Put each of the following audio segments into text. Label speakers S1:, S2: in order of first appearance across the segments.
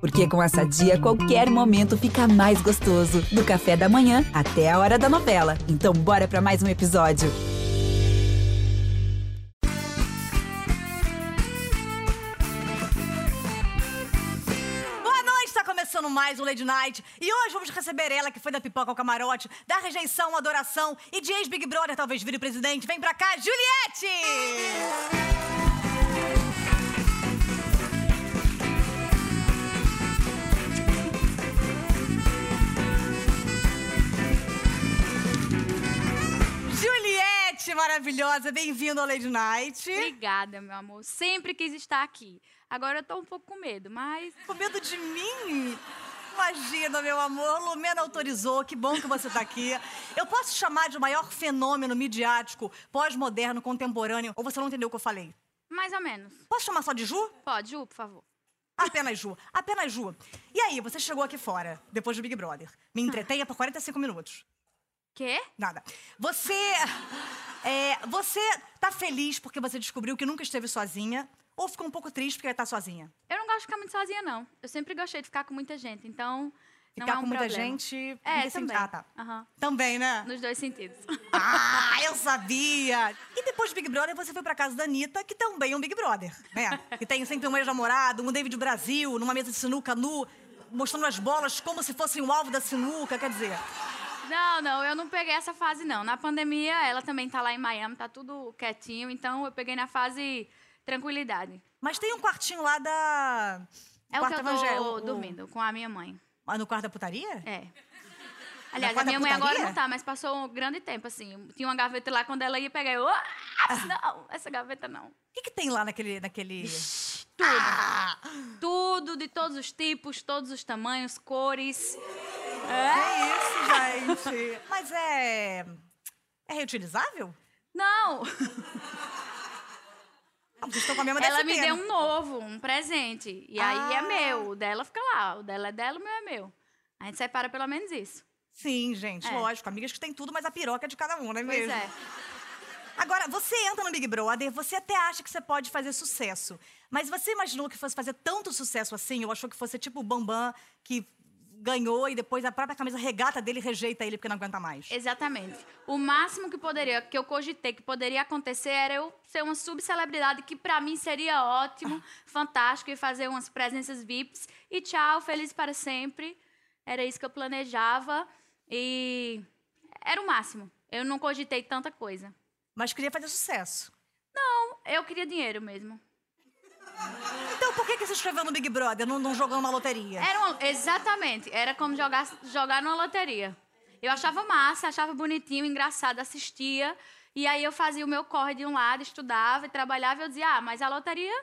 S1: Porque com essa dia, qualquer momento fica mais gostoso. Do café da manhã até a hora da novela. Então, bora para mais um episódio.
S2: Boa noite, está começando mais um Lady Night. E hoje vamos receber ela, que foi da pipoca ao camarote, da rejeição à adoração e de ex-Big Brother, talvez vire presidente. Vem pra cá, Juliette! Juliette, maravilhosa, bem-vinda ao Lady Night.
S3: Obrigada, meu amor. Sempre quis estar aqui. Agora eu tô um pouco com medo, mas
S2: Com medo de mim? Imagina, meu amor, Lumena autorizou, que bom que você tá aqui. Eu posso te chamar de o maior fenômeno midiático, pós-moderno, contemporâneo, ou você não entendeu o que eu falei?
S3: mais ou menos.
S2: Posso chamar só de Ju?
S3: Pode, Ju, por favor.
S2: Apenas Ju, apenas Ju. E aí, você chegou aqui fora, depois do Big Brother. Me entretenha por 45 minutos.
S3: Quê?
S2: Nada. Você. é, você tá feliz porque você descobriu que nunca esteve sozinha? Ou ficou um pouco triste porque tá sozinha?
S3: Eu não gosto de ficar muito sozinha, não. Eu sempre gostei de ficar com muita gente, então não
S2: Ficar
S3: é um
S2: tá com muita
S3: problema.
S2: gente.
S3: É,
S2: nesse sentido-
S3: também.
S2: Ah, tá.
S3: Aham.
S2: Também, né?
S3: Nos dois sentidos.
S2: Ah, eu sabia! E depois do Big Brother, você foi pra casa da Anitta, que também é um Big Brother, né? Que tem sempre um ex-namorado, um David Brasil, numa mesa de sinuca nu, mostrando as bolas como se fossem o alvo da sinuca, quer dizer.
S3: não, não, eu não peguei essa fase, não. Na pandemia, ela também tá lá em Miami, tá tudo quietinho, então eu peguei na fase tranquilidade.
S2: Mas tem um quartinho lá da.
S3: É o que
S2: quarto
S3: eu tô
S2: evangélico. um.
S3: dormindo com a minha mãe.
S2: Ah, no quarto da putaria?
S3: É. Aliás, a
S2: quarta
S3: minha mãe agora
S2: putaria?
S3: não tá, mas passou um grande tempo, assim. Tinha uma gaveta lá, quando ela ia pegar, eu... "Ah, não, essa gaveta não.
S2: O que, que tem lá naquele. naquele...
S3: Tudo. Tudo, de todos os tipos, todos os tamanhos, cores.
S2: É isso, gente. Mas é. É reutilizável?
S3: Não!
S2: Ah, Vocês estão com a mesma
S3: Ela
S2: DSP,
S3: me
S2: né?
S3: deu um novo, um presente. E
S2: Ah.
S3: aí é meu. O dela fica lá. O dela é dela, o meu é meu. A gente separa pelo menos isso.
S2: Sim, gente,
S3: É.
S2: lógico. Amigas que tem tudo, mas a piroca é de cada um, não é
S3: Pois
S2: mesmo?
S3: é.
S2: Agora, você entra no Big Brother, você até acha que você pode fazer sucesso. Mas você imaginou que fosse fazer tanto sucesso assim? Ou achou que fosse tipo o Bambam, que ganhou e depois a própria camisa regata dele rejeita ele porque não aguenta mais?
S3: Exatamente. O máximo que poderia, que eu cogitei que poderia acontecer era eu ser uma subcelebridade que pra mim seria ótimo, fantástico, e fazer umas presenças VIPs. E tchau, feliz para sempre. Era isso que eu planejava. E era o máximo. Eu não cogitei tanta coisa.
S2: Mas queria fazer sucesso.
S3: Eu queria dinheiro mesmo.
S2: Então por que, que se inscreveu no Big Brother, não, não jogando uma loteria?
S3: Era uma- exatamente, era como jogar, jogar numa loteria. Eu achava massa, achava bonitinho, engraçado, assistia. E aí eu fazia o meu corre de um lado, estudava e trabalhava. E eu dizia, ah, mas a loteria,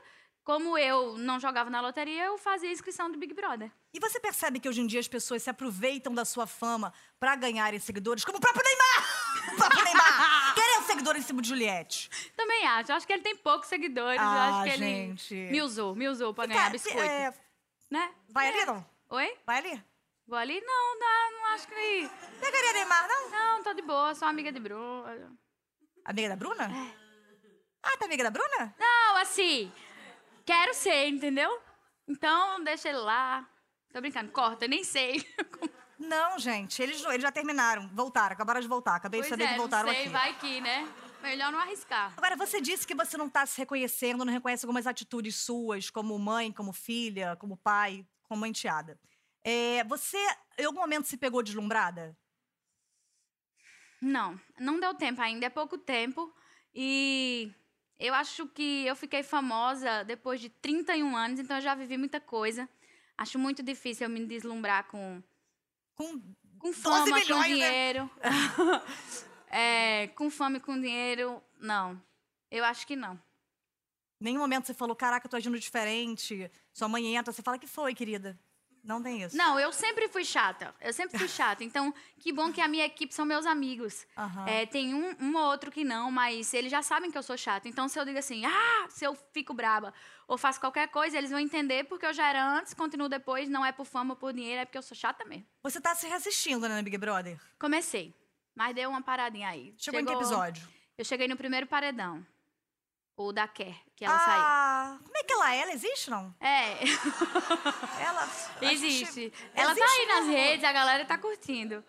S3: como eu não jogava na loteria, eu fazia inscrição do Big Brother.
S2: E você percebe que hoje em dia as pessoas se aproveitam da sua fama pra ganharem seguidores, como o próprio Neymar! O próprio Neymar! Querem um seguidor em cima de Juliette.
S3: Também acho, acho que ele tem poucos seguidores. eu
S2: Ah,
S3: acho que
S2: gente.
S3: ele me usou, me usou pra ganhar
S2: Cara, se-
S3: biscoito.
S2: é,
S3: Né?
S2: vai
S3: É.
S2: ali, não?
S3: Oi?
S2: Vai ali?
S3: Vou ali? Não, não, não acho que...
S2: Pegaria Neymar, não?
S3: Não, tô de boa, sou amiga de Bruno.
S2: Amiga da Bruna?
S3: É.
S2: Ah, tá amiga da Bruna?
S3: Não, assim, quero ser, entendeu? Então, deixa ele lá. Tô brincando, corta, eu nem sei.
S2: Não, gente, eles, eles já terminaram, voltaram, acabaram de voltar. Acabei de
S3: pois
S2: saber
S3: é,
S2: que
S3: não
S2: voltaram
S3: sei,
S2: aqui.
S3: vai que, né? Melhor não arriscar.
S2: Agora, você disse que você não tá se reconhecendo, não reconhece algumas atitudes suas, como mãe, como filha, como pai, como enteada. É, você, em algum momento, se pegou deslumbrada?
S3: Não, não deu tempo ainda, é pouco tempo. E eu acho que eu fiquei famosa depois de 31 anos, então eu já vivi muita coisa. Acho muito difícil eu me deslumbrar com
S2: Com...
S3: Com
S2: 12
S3: fama, com
S2: milhões, né?
S3: dinheiro. É, com fama e com dinheiro, não. Eu acho que não.
S2: Nenhum momento você falou, caraca, eu tô agindo diferente. Sua mãe entra, você fala, que foi, querida? Não tem isso.
S3: Não, eu sempre fui chata. Eu sempre fui chata. Então, que bom que a minha equipe são meus amigos.
S2: Aham.
S3: É, tem um, um ou outro que não, mas eles já sabem que eu sou chata. Então, se eu digo assim, ah, se eu fico braba ou faço qualquer coisa, eles vão entender porque eu já era antes, continuo depois, não é por fama ou por dinheiro, é porque eu sou chata mesmo.
S2: Você tá se reassistindo, né, no Big Brother?
S3: Comecei, mas deu uma paradinha aí.
S2: Chegou, em que episódio?
S3: Eu cheguei no primeiro paredão. O da Care, que ela saiu.
S2: ah, como é que ela é? Ela existe, não?
S3: É,
S2: Ela. a gente-
S3: existe. Ela tá
S2: é existe
S3: aí nas
S2: mesmo.
S3: redes, a galera tá curtindo.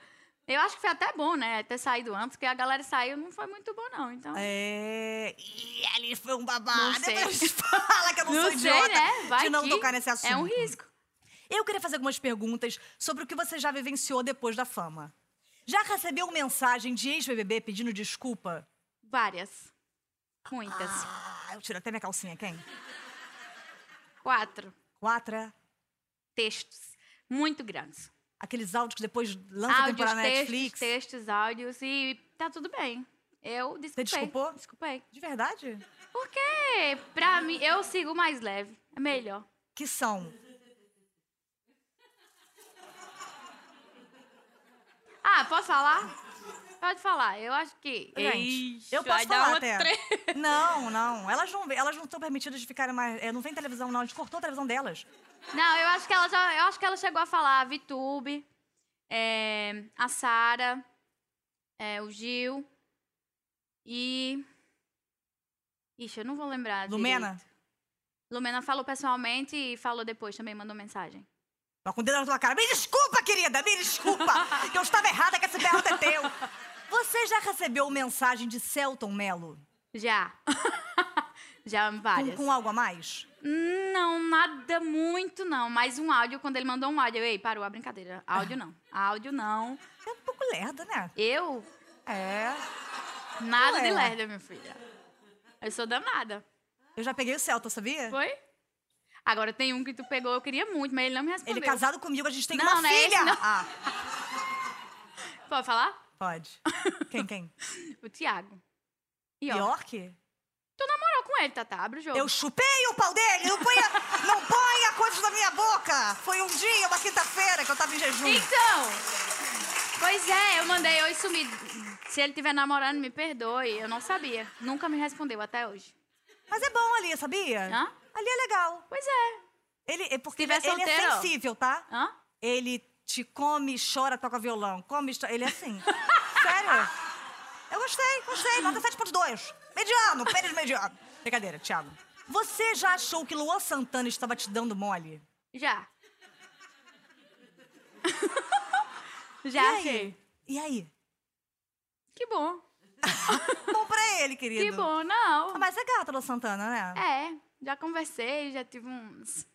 S3: Eu acho que foi até bom, né? Ter saído antes, porque a galera saiu não foi muito bom, não. Então.
S2: É. Ih, ali foi um babado.
S3: Não sei.
S2: Depois fala que eu não,
S3: não
S2: sou
S3: sei,
S2: idiota
S3: né? Vai
S2: de não
S3: que
S2: tocar nesse assunto.
S3: É um risco.
S2: Eu queria fazer algumas perguntas sobre o que você já vivenciou depois da fama. Já recebeu mensagem de ex-BBB pedindo desculpa?
S3: Várias. Muitas.
S2: Ah, eu tiro até minha calcinha, quem?
S3: Quatro
S2: Quatro? é?
S3: textos muito grandes.
S2: Aqueles áudios que depois lança a
S3: Áudios,
S2: temporada na
S3: textos,
S2: Netflix?
S3: textos, áudios e tá tudo bem. Eu desculpei.
S2: desculpou?
S3: Desculpei.
S2: De verdade?
S3: Porque pra mim, eu sigo mais leve. É melhor.
S2: Que são?
S3: Ah, posso falar? Pode falar. Eu acho que...
S2: Gente, eu
S3: Ixi, vai
S2: posso falar
S3: dar uma
S2: até.
S3: tre-
S2: Não, não. Elas não elas não estão permitidas de ficarem mais. é, não vem televisão, não. A gente cortou a televisão delas.
S3: Não, eu acho que ela já... Eu acho que ela chegou a falar a Vitube, é, a Sara, é, o Gil e... Ixi, eu não vou lembrar
S2: Lumena?
S3: direito. Lumena falou pessoalmente e falou depois também, mandou mensagem.
S2: Mas com o dedo na tua cara. Me desculpa, querida, me desculpa. que eu estava errada, que esse berro é teu. Você já recebeu mensagem de Celton Mello?
S3: Já. Já
S2: Com,
S3: várias.
S2: com algo a mais?
S3: Não, nada muito não. Mas um áudio, quando ele mandou um áudio, eu, ei, parou a brincadeira. Áudio não. Áudio não.
S2: É um pouco lerda, né?
S3: Eu,
S2: É.
S3: nada
S2: Ué.
S3: de lerda, minha filha. Eu sou danada.
S2: Eu já peguei o Celton, sabia?
S3: Foi? Agora tem um que tu pegou, eu queria muito, mas ele não me respondeu.
S2: Ele casado comigo, a gente tem
S3: Não,
S2: uma
S3: não é
S2: filha.
S3: esse, não.
S2: Ah,
S3: Pode falar?
S2: pode. Quem, quem?
S3: O Thiago. E ó,
S2: York?
S3: tu namorou com ele, Tata, abre o jogo.
S2: Eu chupei o pau dele! Não ponha, não ponha coisas na minha boca! Foi um dia, uma quinta-feira, que eu tava em jejum.
S3: Então! Pois é, eu mandei oi sumir. Se ele estiver namorando, me perdoe. Eu não sabia. Nunca me respondeu até hoje.
S2: Mas é bom ali, sabia?
S3: Hã?
S2: Ali é legal.
S3: Pois é.
S2: Ele, é porque
S3: Se
S2: ele,
S3: tiver
S2: ele é
S3: solteiro.
S2: sensível, tá?
S3: Hã?
S2: Ele te come, chora, toca violão. Come, chora. Ele é assim. Sério? Eu gostei, gostei. Nota 7.2. Mediano, pênis mediano. Brincadeira, Thiago. Você já achou que Luan Santana estava te dando mole?
S3: Já. Já
S2: e aí?
S3: É, achei.
S2: E aí?
S3: Que bom.
S2: Bom pra ele, querido.
S3: Que bom, não.
S2: Ah, Mas é gato, Luan Santana, né?
S3: É, já conversei, já tive uns,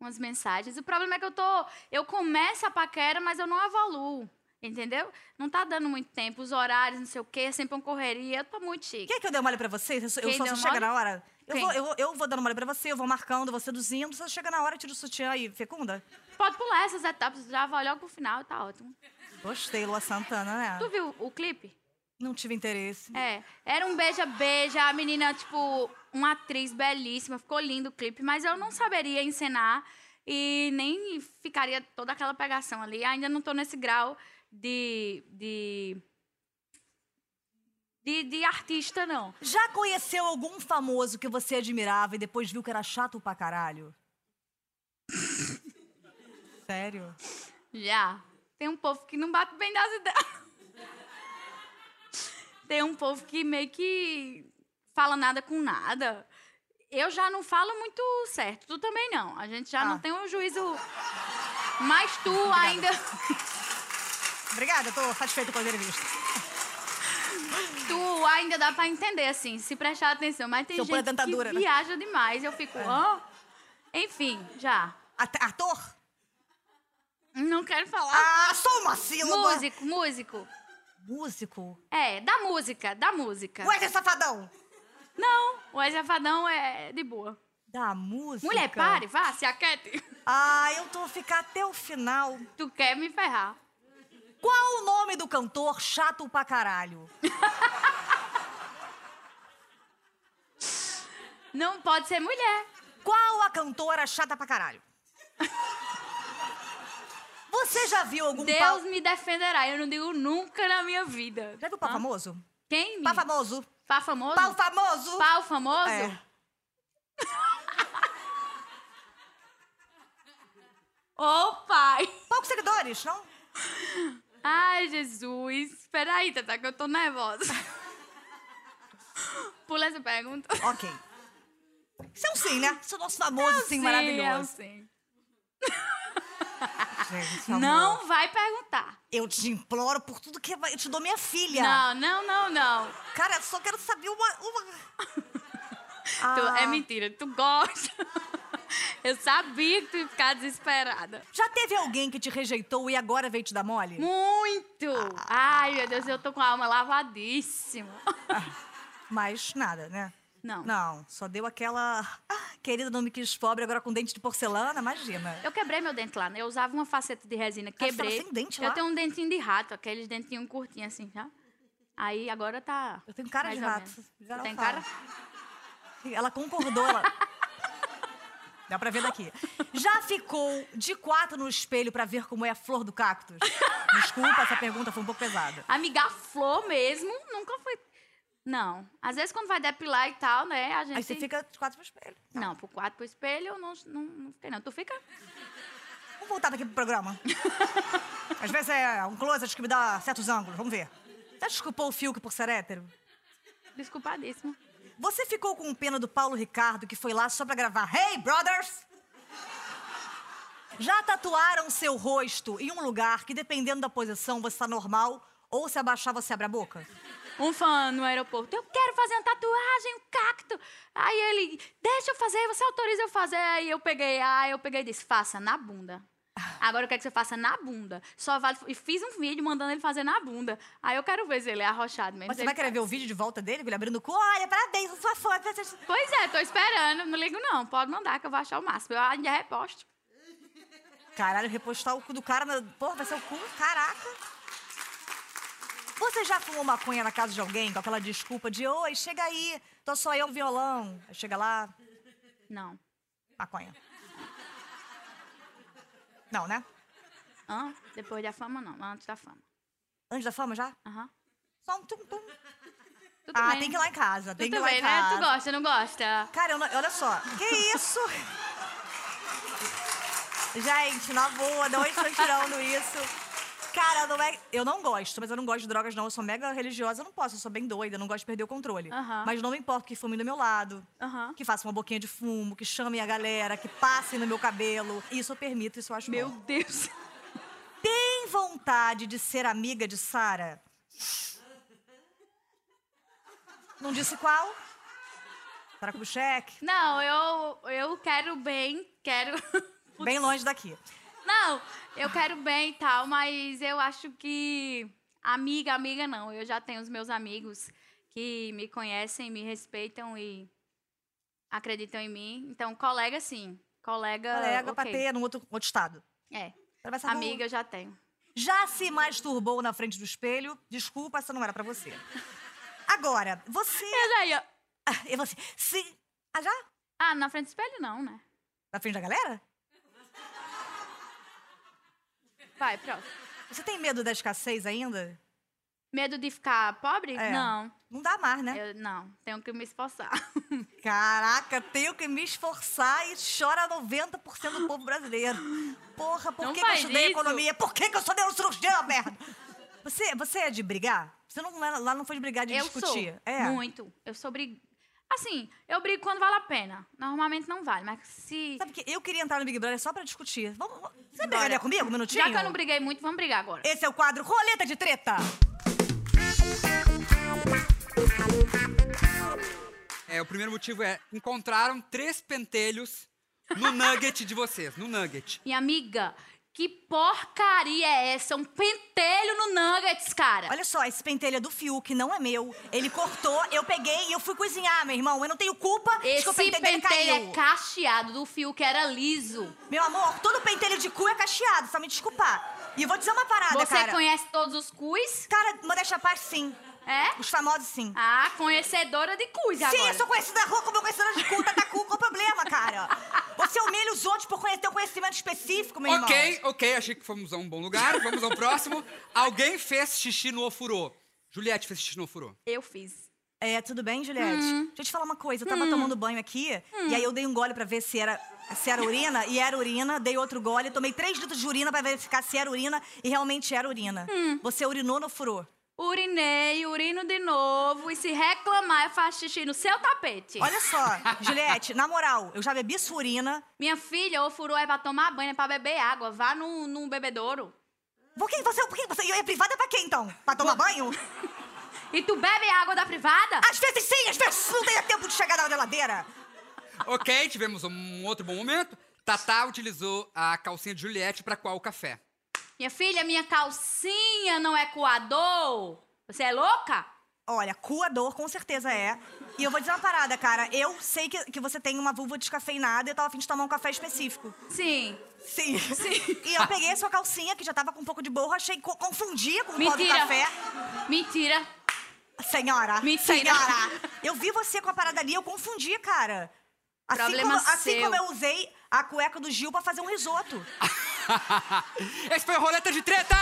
S3: umas mensagens. O problema é que eu tô. Eu começo a paquera, mas eu não evoluo. Entendeu? Não tá dando muito tempo. Os horários, não sei o quê, é sempre uma correria. Eu tô muito chique.
S2: Quer que eu dê mole pra vocês? Eu, sou- eu
S3: Quem
S2: só
S3: deu
S2: só chega
S3: mole?
S2: na hora. Eu
S3: Quem?
S2: vou, eu, vou- eu vou dando mole pra você, eu vou marcando, você induzindo. Você chega na hora, tira o sutiã e fecunda.
S3: Pode pular essas etapas, já vai olhar pro final, tá ótimo.
S2: Gostei, Luan Santana, né?
S3: Tu viu o clipe?
S2: Não tive interesse.
S3: É. Era um beija-beija, a menina, tipo, uma atriz belíssima, ficou lindo o clipe, mas eu não saberia encenar e nem ficaria toda aquela pegação ali. Ainda não tô nesse grau de. de. de, de artista, não.
S2: Já conheceu algum famoso que você admirava e depois viu que era chato pra caralho? Sério?
S3: Já. Tem um povo que não bate bem das ideias. Tem um povo que meio que fala nada com nada. Eu já não falo muito certo. Tu também não. A gente já
S2: Ah.
S3: não tem um juízo. Mas tu ainda.
S2: Obrigada, eu tô satisfeito com a entrevista.
S3: Tu ainda dá pra entender, assim, se prestar atenção. Mas tem
S2: Se eu pôr a
S3: gente
S2: dentadura,
S3: que
S2: né? É.
S3: viaja demais. Eu fico, ó. Enfim, já.
S2: At- Ator?
S3: Não quero falar.
S2: Ah, só uma sílaba!
S3: músico, músico.
S2: Músico?
S3: É, da música, da música.
S2: Wesley Safadão!
S3: Não, o Wesley Safadão é de boa.
S2: Da música?
S3: Mulher, pare, vá, se aquete.
S2: Ah, eu tô ficar até o final.
S3: Tu quer me ferrar.
S2: Qual o nome do cantor chato pra caralho?
S3: Não pode ser mulher.
S2: Qual a cantora chata pra caralho? Você já viu algum Um pau...
S3: Deus me defenderá. Eu não digo nunca na minha vida.
S2: Já viu pau
S3: Hã?
S2: famoso?
S3: Quem?
S2: Pau famoso.
S3: Pá famoso?
S2: Pau famoso.
S3: Pau famoso?
S2: É.
S3: Ô, pai.
S2: Poucos seguidores, não?
S3: Ai, Jesus. Espera aí, Tata, que eu tô nervosa. Pula essa pergunta.
S2: Ok. Isso é um sim, né? Isso é o nosso famoso sim,
S3: Sim, é eu
S2: maravilhoso.
S3: sei.
S2: Gente, amor,
S3: Não vai perguntar.
S2: Eu te imploro por tudo que... Eu te dou minha filha.
S3: Não, não, não, não.
S2: Cara, eu só quero saber uma... uma...
S3: Tu-
S2: Ah.
S3: é mentira, tu gosta. Eu sabia que tu ia ficar desesperada.
S2: Já teve alguém que te rejeitou e agora veio te dar mole?
S3: Muito! Ah. Ai, meu Deus, eu tô com a alma lavadíssima.
S2: Mas nada, né?
S3: Não.
S2: Não, só deu aquela... Ah, Querida, não me quis pobre, agora com dente de porcelana, imagina.
S3: Eu quebrei meu dente lá, né? Eu usava uma faceta de resina,
S2: você tava
S3: quebrei.
S2: sem dente
S3: eu
S2: lá?
S3: tenho um dentinho de rato, aqueles dentinhos curtinhos assim, tá? Aí agora tá.
S2: Eu tenho cara
S3: mais
S2: de
S3: ou
S2: rato.
S3: menos.
S2: Geral
S3: Tu Tem
S2: fala.
S3: cara?
S2: Ela concordou, ela... Dá pra ver daqui. Já ficou de quatro no espelho pra ver como é a flor do cactus? Desculpa, essa pergunta foi um pouco pesada.
S3: Amiga flor mesmo, nunca foi. Não. Às vezes quando vai depilar e tal, né? A gente.
S2: Aí você fica de quatro no espelho.
S3: Não, pro quarto, pro espelho, eu não, não, não fiquei, não. Tu fica?
S2: Vamos voltar daqui pro programa. Às vezes é um closet que me dá certos ângulos, vamos ver. Já desculpou o Fiuk por ser hétero?
S3: Desculpadíssimo.
S2: Você ficou com pena do Paulo Ricardo, que foi lá só pra gravar Hey, brothers! Já tatuaram seu rosto em um lugar que, dependendo da posição, você tá normal ou se abaixar, você abre a boca?
S3: Um fã no aeroporto, eu quero fazer uma tatuagem, um cacto. Aí ele, deixa eu fazer, você autoriza eu fazer. Aí eu peguei, aí eu peguei e disse, faça na bunda. Agora eu quero que você faça na bunda. Só vale. E fiz um vídeo mandando ele fazer na bunda. Aí eu quero ver se ele é arrochado mesmo.
S2: Mas você
S3: Ele-
S2: vai querer ver o vídeo de volta dele, com ele abrindo o cu? Olha, parabéns, eu sou fã. assim.
S3: Pois é, tô esperando. Não ligo, não. Pode mandar, que eu vou achar o máximo. Eu ainda reposto.
S2: Caralho, repostar o cu do cara, na... porra, vai ser o cu, caraca. Você já fumou maconha na casa de alguém com aquela desculpa de Oi, chega aí, tô só eu, violão. Aí chega lá,
S3: Não.
S2: maconha. Não, né?
S3: Hã? Depois da fama, não. Antes da fama.
S2: Antes da fama já?
S3: Aham.
S2: Só um tum, tum.
S3: Tudo
S2: Ah,
S3: bem.
S2: tem que ir lá em casa, tem
S3: Tudo
S2: que ir lá
S3: bem,
S2: em casa.
S3: né? Tu gosta, não gosta?
S2: Cara, eu não- olha só. Que isso? Gente, na boa, não estou tirando isso. Cara, não é. Eu não gosto, mas eu não gosto de drogas, não. Eu sou mega religiosa, eu não posso, eu sou bem doida, eu não gosto de perder o controle.
S3: Aham.
S2: Mas não me importa que fume do meu lado,
S3: Aham.
S2: que faça uma boquinha de fumo, que chame a galera, que passe no meu cabelo. Isso eu permito, isso eu acho
S3: Meu
S2: bom.
S3: Deus.
S2: Tem vontade de ser amiga de Sara? Não disse qual? Sara Kubitschek?
S3: Não, eu, eu quero bem, quero.
S2: Bem longe daqui.
S3: Não, eu quero bem e tal, mas eu acho que. Amiga, amiga não. Eu já tenho os meus amigos que me conhecem, me respeitam e acreditam em mim. Então, colega, sim. Colega.
S2: Colega
S3: Ah, ok.
S2: pra ter Tá num outro, outro estado.
S3: É.
S2: Ela vai saber
S3: Amiga, eu já tenho.
S2: o- Já se masturbou na frente do espelho? Desculpa, essa não era pra você. Agora, você.
S3: Mas aí, ó.
S2: Ah, E você. Se. Ah, já?
S3: Ah, na frente do espelho não, né?
S2: Na frente da galera?
S3: Vai, pronto.
S2: Você tem medo da escassez ainda?
S3: Medo de ficar pobre?
S2: É.
S3: Não.
S2: Não dá mais, né?
S3: Eu, não, tenho que me esforçar.
S2: Caraca, tenho que me esforçar e chora 90% do povo brasileiro. Porra, por
S3: Não
S2: que, que eu
S3: faz
S2: estudei
S3: isso.
S2: economia? Por que, que eu sou neurocirurgião, merda? Você, você é de brigar? Você não, é, lá não foi de brigar, de
S3: eu
S2: discutir.
S3: sou.
S2: é.
S3: Muito. Eu sou brig... Assim, eu brigo quando vale a pena. Normalmente não vale, mas se.
S2: Sabe que eu queria entrar no Big Brother só pra discutir. Vamos, vamos- você
S3: Bora.
S2: brigaria comigo um minutinho?
S3: Já que eu não briguei muito, vamos brigar agora.
S2: Esse é o quadro Roleta de Treta.
S4: É, o primeiro motivo é: encontraram três pentelhos no nugget de vocês, no nugget.
S3: Minha amiga, que porcaria é essa? Um pentelho no Nuggets, cara.
S2: Olha só, esse pentelho é do Fiuk, não é meu. Ele cortou, eu peguei e eu fui cozinhar, meu irmão. Eu não tenho culpa de que
S3: Esse
S2: o pentelho, dele
S3: pentelho
S2: caiu.
S3: é cacheado do fio que era liso.
S2: Meu amor, todo pentelho de cu é cacheado, só me desculpar. E eu vou dizer uma parada,
S3: Você
S2: cara.
S3: conhece todos os cus?
S2: Cara, modéstia à parte, sim.
S3: É?
S2: Os famosos, sim.
S3: Ah, tá conhecedora de cus agora.
S2: Sim, eu sou conhecida da rua como eu conhecedora de cu, tata cu, qual o problema, cara? Você humilha os outros por conhecer um conhecimento específico, meu irmão.
S4: Ok, ok, achei que fomos a um bom lugar, vamos ao próximo. Alguém fez xixi no ofurô. Juliette fez xixi no ofurô.
S3: Eu fiz.
S2: É, tudo bem, Juliette?
S3: Hum.
S2: Deixa eu te falar uma coisa. Eu tava tomando banho aqui, e aí eu dei um gole pra ver se era, se era urina, e era urina. Dei outro
S3: Hum.
S2: gole, tomei três litros de urina pra verificar se era urina, e realmente era urina. Você urinou no furô.
S3: urinei, urino de novo e se reclamar, eu faço xixi no seu tapete.
S2: Olha só, Juliette, na moral, eu já bebi sua urina.
S3: Minha filha, ou furou é pra tomar banho, é pra beber água. Vá num, num bebedouro.
S2: Por que você, por que você. E é privada pra quê, então? Pra tomar banho?
S3: E tu bebe água da privada?
S2: Às vezes sim, às vezes não tem tempo de chegar na geladeira.
S4: Ok, tivemos um outro bom momento. Tatá utilizou a calcinha de Juliette pra coar o café.
S3: Minha filha, minha calcinha não é coador. Você é louca?
S2: Olha, coador com certeza é. E eu vou dizer uma parada, cara. Eu sei que, que você tem uma vulva descafeinada e eu tava afim de tomar um café específico.
S3: Sim.
S2: Sim. Sim. E eu peguei a sua calcinha, que já tava com um pouco de borra, achei, co- confundi com o pó do
S3: Mentira.
S2: café.
S3: Mentira.
S2: Senhora.
S3: Mentira.
S2: Senhora. Eu vi você com a parada ali, eu confundi, cara. Assim,
S3: Problema
S2: como, assim
S3: seu.
S2: como eu usei a cueca do Gil pra fazer um risoto.
S4: Esse foi o Roleta de Treta!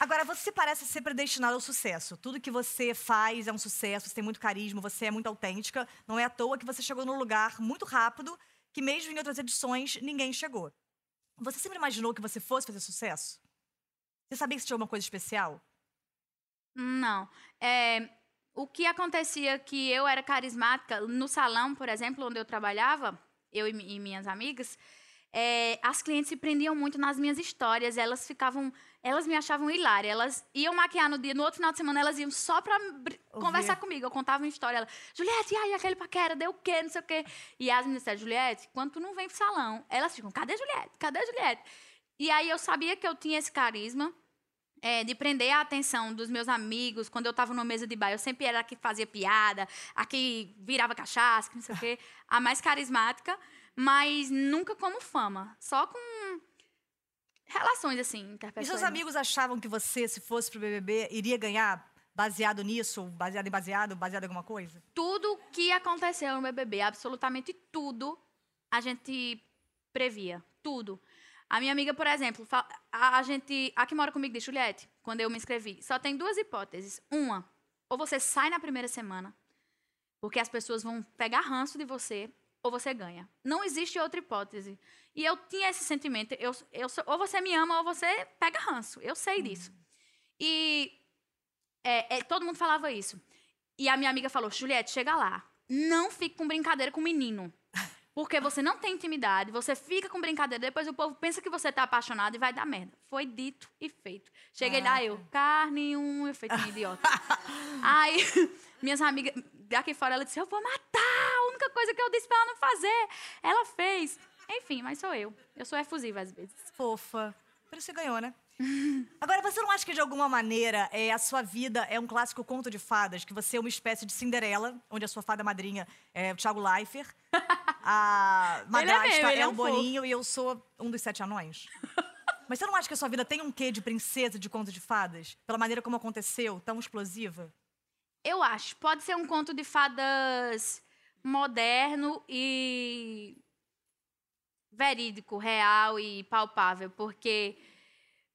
S2: Agora, você parece ser predestinada ao sucesso. Tudo que você faz é um sucesso, você tem muito carisma, você é muito autêntica. Não é à toa que você chegou num lugar muito rápido, que mesmo em outras edições, ninguém chegou. Você sempre imaginou que você fosse fazer sucesso? Você sabia que você tinha alguma coisa especial?
S3: Não. É, o que acontecia que eu era carismática no salão, por exemplo, onde eu trabalhava, eu e, mi- e minhas amigas, é, as clientes se prendiam muito nas minhas histórias. Elas ficavam, elas me achavam hilária. Elas iam maquiar no dia, no outro final de semana elas iam só pra br-
S2: Ouvir.
S3: conversar comigo. Eu contava uma história. Ela, Juliette, e aí aquele paquera deu o quê, não sei o quê. E as meninas disseram, Juliette, quando tu não vem pro salão, elas ficam, cadê a Juliette? Cadê a Juliette? E aí eu sabia que eu tinha esse carisma é, de prender a atenção dos meus amigos. Quando eu tava numa mesa de bar, eu sempre era a que fazia piada, a que virava cachaça, que não sei o quê. A mais carismática, mas nunca como fama. Só com relações, assim,
S2: E
S3: interpessoais.
S2: seus amigos achavam que você, se fosse pro BBB, iria ganhar baseado nisso? Baseado em baseado? Baseado em alguma coisa?
S3: Tudo que aconteceu no BBB, absolutamente tudo, a gente previa. Tudo. A minha amiga, por exemplo, fa- a, a gente. A que mora comigo disse, Juliette, quando eu me inscrevi, só tem duas hipóteses. Uma, ou você sai na primeira semana, porque as pessoas vão pegar ranço de você, ou você ganha. Não existe outra hipótese. E eu tinha esse sentimento. Eu, eu sou- ou você me ama, ou você pega ranço. Eu sei disso. E é, é, todo mundo falava isso. E a minha amiga falou: Juliette, chega lá. Não fique com brincadeira com o menino. Porque você não tem intimidade, você fica com brincadeira, depois o povo pensa que você tá apaixonado e vai dar merda. Foi dito e feito. Cheguei lá, eu, carne, um efeito idiota. Aí, minhas amigas, daqui fora, ela disse: Eu vou matar! A única coisa que eu disse pra ela não fazer, ela fez. Enfim, mas sou eu. Eu sou efusiva às vezes.
S2: Fofa. Por isso você ganhou, né? Agora, você não acha que de alguma maneira é, a sua vida é um clássico conto de fadas? Que você é uma espécie de Cinderela, onde a sua fada madrinha é o Thiago Leifert, a madrasta
S3: mesmo,
S2: é,
S3: ele é
S2: o
S3: um fofo.
S2: Boninho e eu sou um dos sete anões? Mas você não acha que a sua vida tem um quê de princesa de conto de fadas? Pela maneira como aconteceu, tão explosiva?
S3: Eu acho. Pode ser um conto de fadas moderno e verídico, real e palpável, porque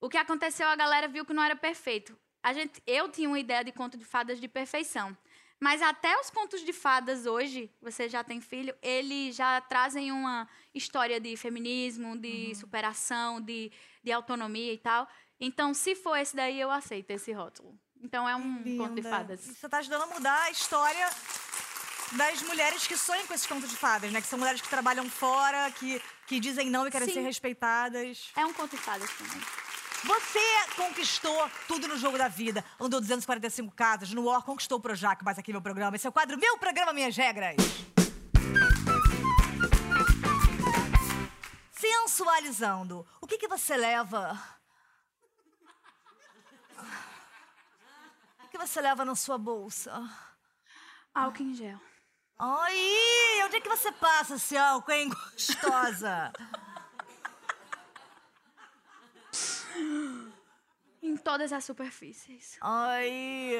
S3: o que aconteceu a galera viu que não era perfeito. A gente, eu tinha uma ideia de conto de fadas de perfeição, mas até os contos de fadas hoje, você já tem filho, eles já trazem uma história de feminismo, de superação, de, de autonomia e tal. Então, se for esse daí, eu aceito esse rótulo. Então é um conto de
S2: Linda.
S3: fadas.
S2: Você tá ajudando a mudar a história das mulheres que sonham com esses contos de fadas, né? Que são mulheres que trabalham fora, que, que dizem não e querem
S3: Sim.
S2: ser respeitadas.
S3: É um conto de fadas também.
S2: Você conquistou tudo no jogo da vida. Andou 245 casas, no OR conquistou o Projac, mas aqui meu programa. Esse é o quadro Meu Programa Minhas Regras. Sensualizando, o que, que você leva... O que você leva na sua bolsa?
S3: Álcool em gel.
S2: Ai, onde é que você passa esse álcool, hein, gostosa?
S3: Em todas as superfícies.
S2: Ai.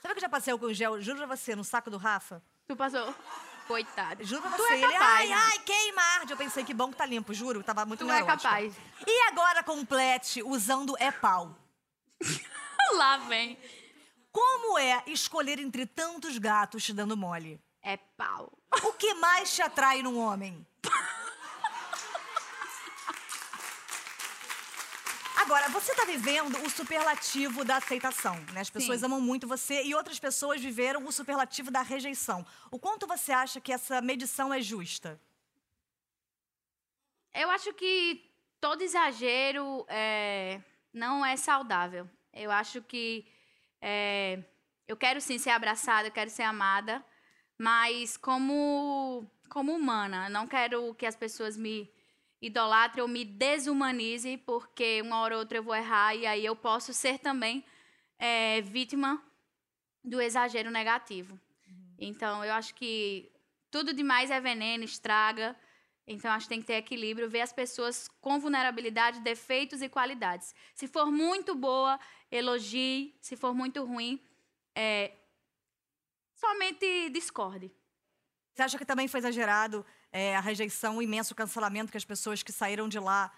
S2: Sabe que eu já passei álcool em gel, juro pra você, no saco do Rafa?
S3: Tu passou. Coitado.
S2: Juro pra
S3: Tu
S2: você.
S3: é
S2: ele,
S3: capaz.
S2: ai, ai, queimar. Eu pensei que bom que tá limpo, juro. Tava muito
S3: Tu é
S2: neurótica.
S3: capaz.
S2: E agora complete usando é pau.
S3: Lá vem.
S2: Como é escolher entre tantos gatos te dando mole?
S3: É pau.
S2: O que mais te atrai num homem? Agora, você tá vivendo o superlativo da aceitação, né? As pessoas
S3: Sim.
S2: amam muito você e outras pessoas viveram o superlativo da rejeição. O quanto você acha que essa medição é justa?
S3: Eu acho que todo exagero é, não é saudável. Eu acho que é, eu quero sim ser abraçada, eu quero ser amada, mas como como humana, eu não quero que as pessoas me idolatrem ou me deshumanizem, porque uma hora ou outra eu vou errar e aí eu posso ser também é, vítima do exagero negativo. Então eu acho que tudo demais é veneno, estraga. Então, acho que tem que ter equilíbrio, ver as pessoas com vulnerabilidade, defeitos e qualidades. Se for muito boa, elogie. Se for muito ruim, é, somente discorde.
S2: Você acha que também foi exagerado é, a rejeição, o imenso cancelamento que as pessoas que saíram de lá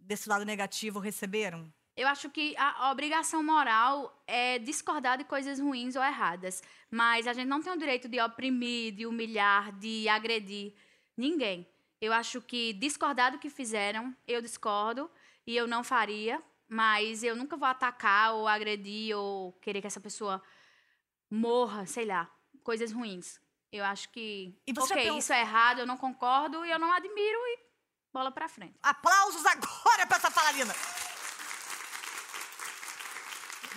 S2: desse lado negativo receberam?
S3: Eu acho que a obrigação moral é discordar de coisas ruins ou erradas. Mas a gente não tem o direito de oprimir, de humilhar, de agredir ninguém. Eu acho que discordar do que fizeram, eu discordo e eu não faria. Mas eu nunca vou atacar ou agredir ou querer que essa pessoa morra, sei lá. Coisas ruins. Eu acho que.
S2: E você já
S3: ok,
S2: pensa-
S3: isso é errado, eu não concordo e eu não admiro e bola pra frente.
S2: Aplausos agora pra essa falarina!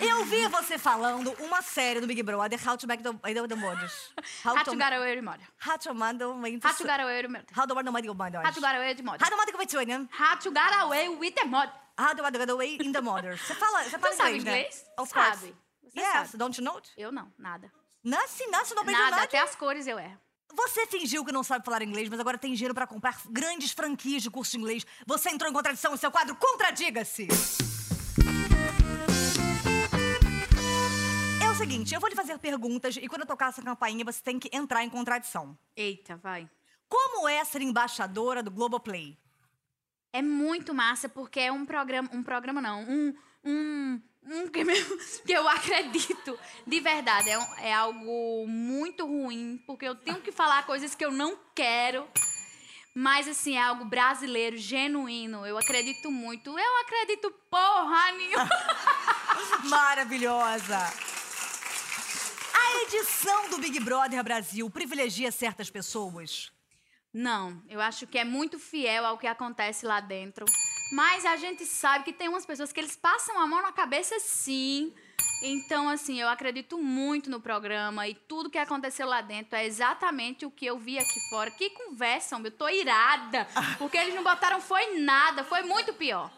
S2: Eu vi você falando uma série do Big Brother, How to Make the, the, the Models. How
S3: Rato
S2: to,
S3: garoeiro e molha.
S2: how to Mandel,
S3: Rato garoeiro e molha.
S2: How to Mandel, Mandel, Mandel.
S3: Rato garoeiro é de moda.
S2: How to Mandel, Mandel,
S3: Rato Garaway with the mod.
S2: How to Mandel, Mandel, in the Mothers. Você fala, você fala
S3: Tu sabe
S2: né?
S3: inglês?
S2: Of course.
S3: Sabe. Você
S2: Yes,
S3: sabe.
S2: don't you know? it?
S3: Eu não, nada.
S2: Nancy, Nancy, não aprendeu
S3: Nada,
S2: nada.
S3: até as cores eu erro.
S2: Você fingiu que não sabe falar inglês, mas agora tem dinheiro pra comprar grandes franquias de curso de inglês. Você entrou em contradição no seu quadro Contradiga-se! É o seguinte, eu vou lhe fazer perguntas e quando eu tocar essa campainha você tem que entrar em contradição.
S3: Eita, vai.
S2: Como é ser embaixadora do Globoplay?
S3: É muito massa, porque é um programa. Um programa não, um. Um. um que, meu- que eu acredito. De verdade, é, um- é algo muito ruim, porque eu tenho que falar coisas que eu não quero. Mas, assim, é algo brasileiro, genuíno. Eu acredito muito. Eu acredito porra nenhuma.
S2: Maravilhosa! A edição do Big Brother Brasil privilegia certas pessoas?
S3: Não, eu acho que é muito fiel ao que acontece lá dentro. Mas a gente sabe que tem umas pessoas que eles passam a mão na cabeça sim. Então, assim, eu acredito muito no programa e tudo que aconteceu lá dentro é exatamente o que eu vi aqui fora. Que conversa, homem, eu tô irada. Porque eles não botaram foi nada, foi muito pior.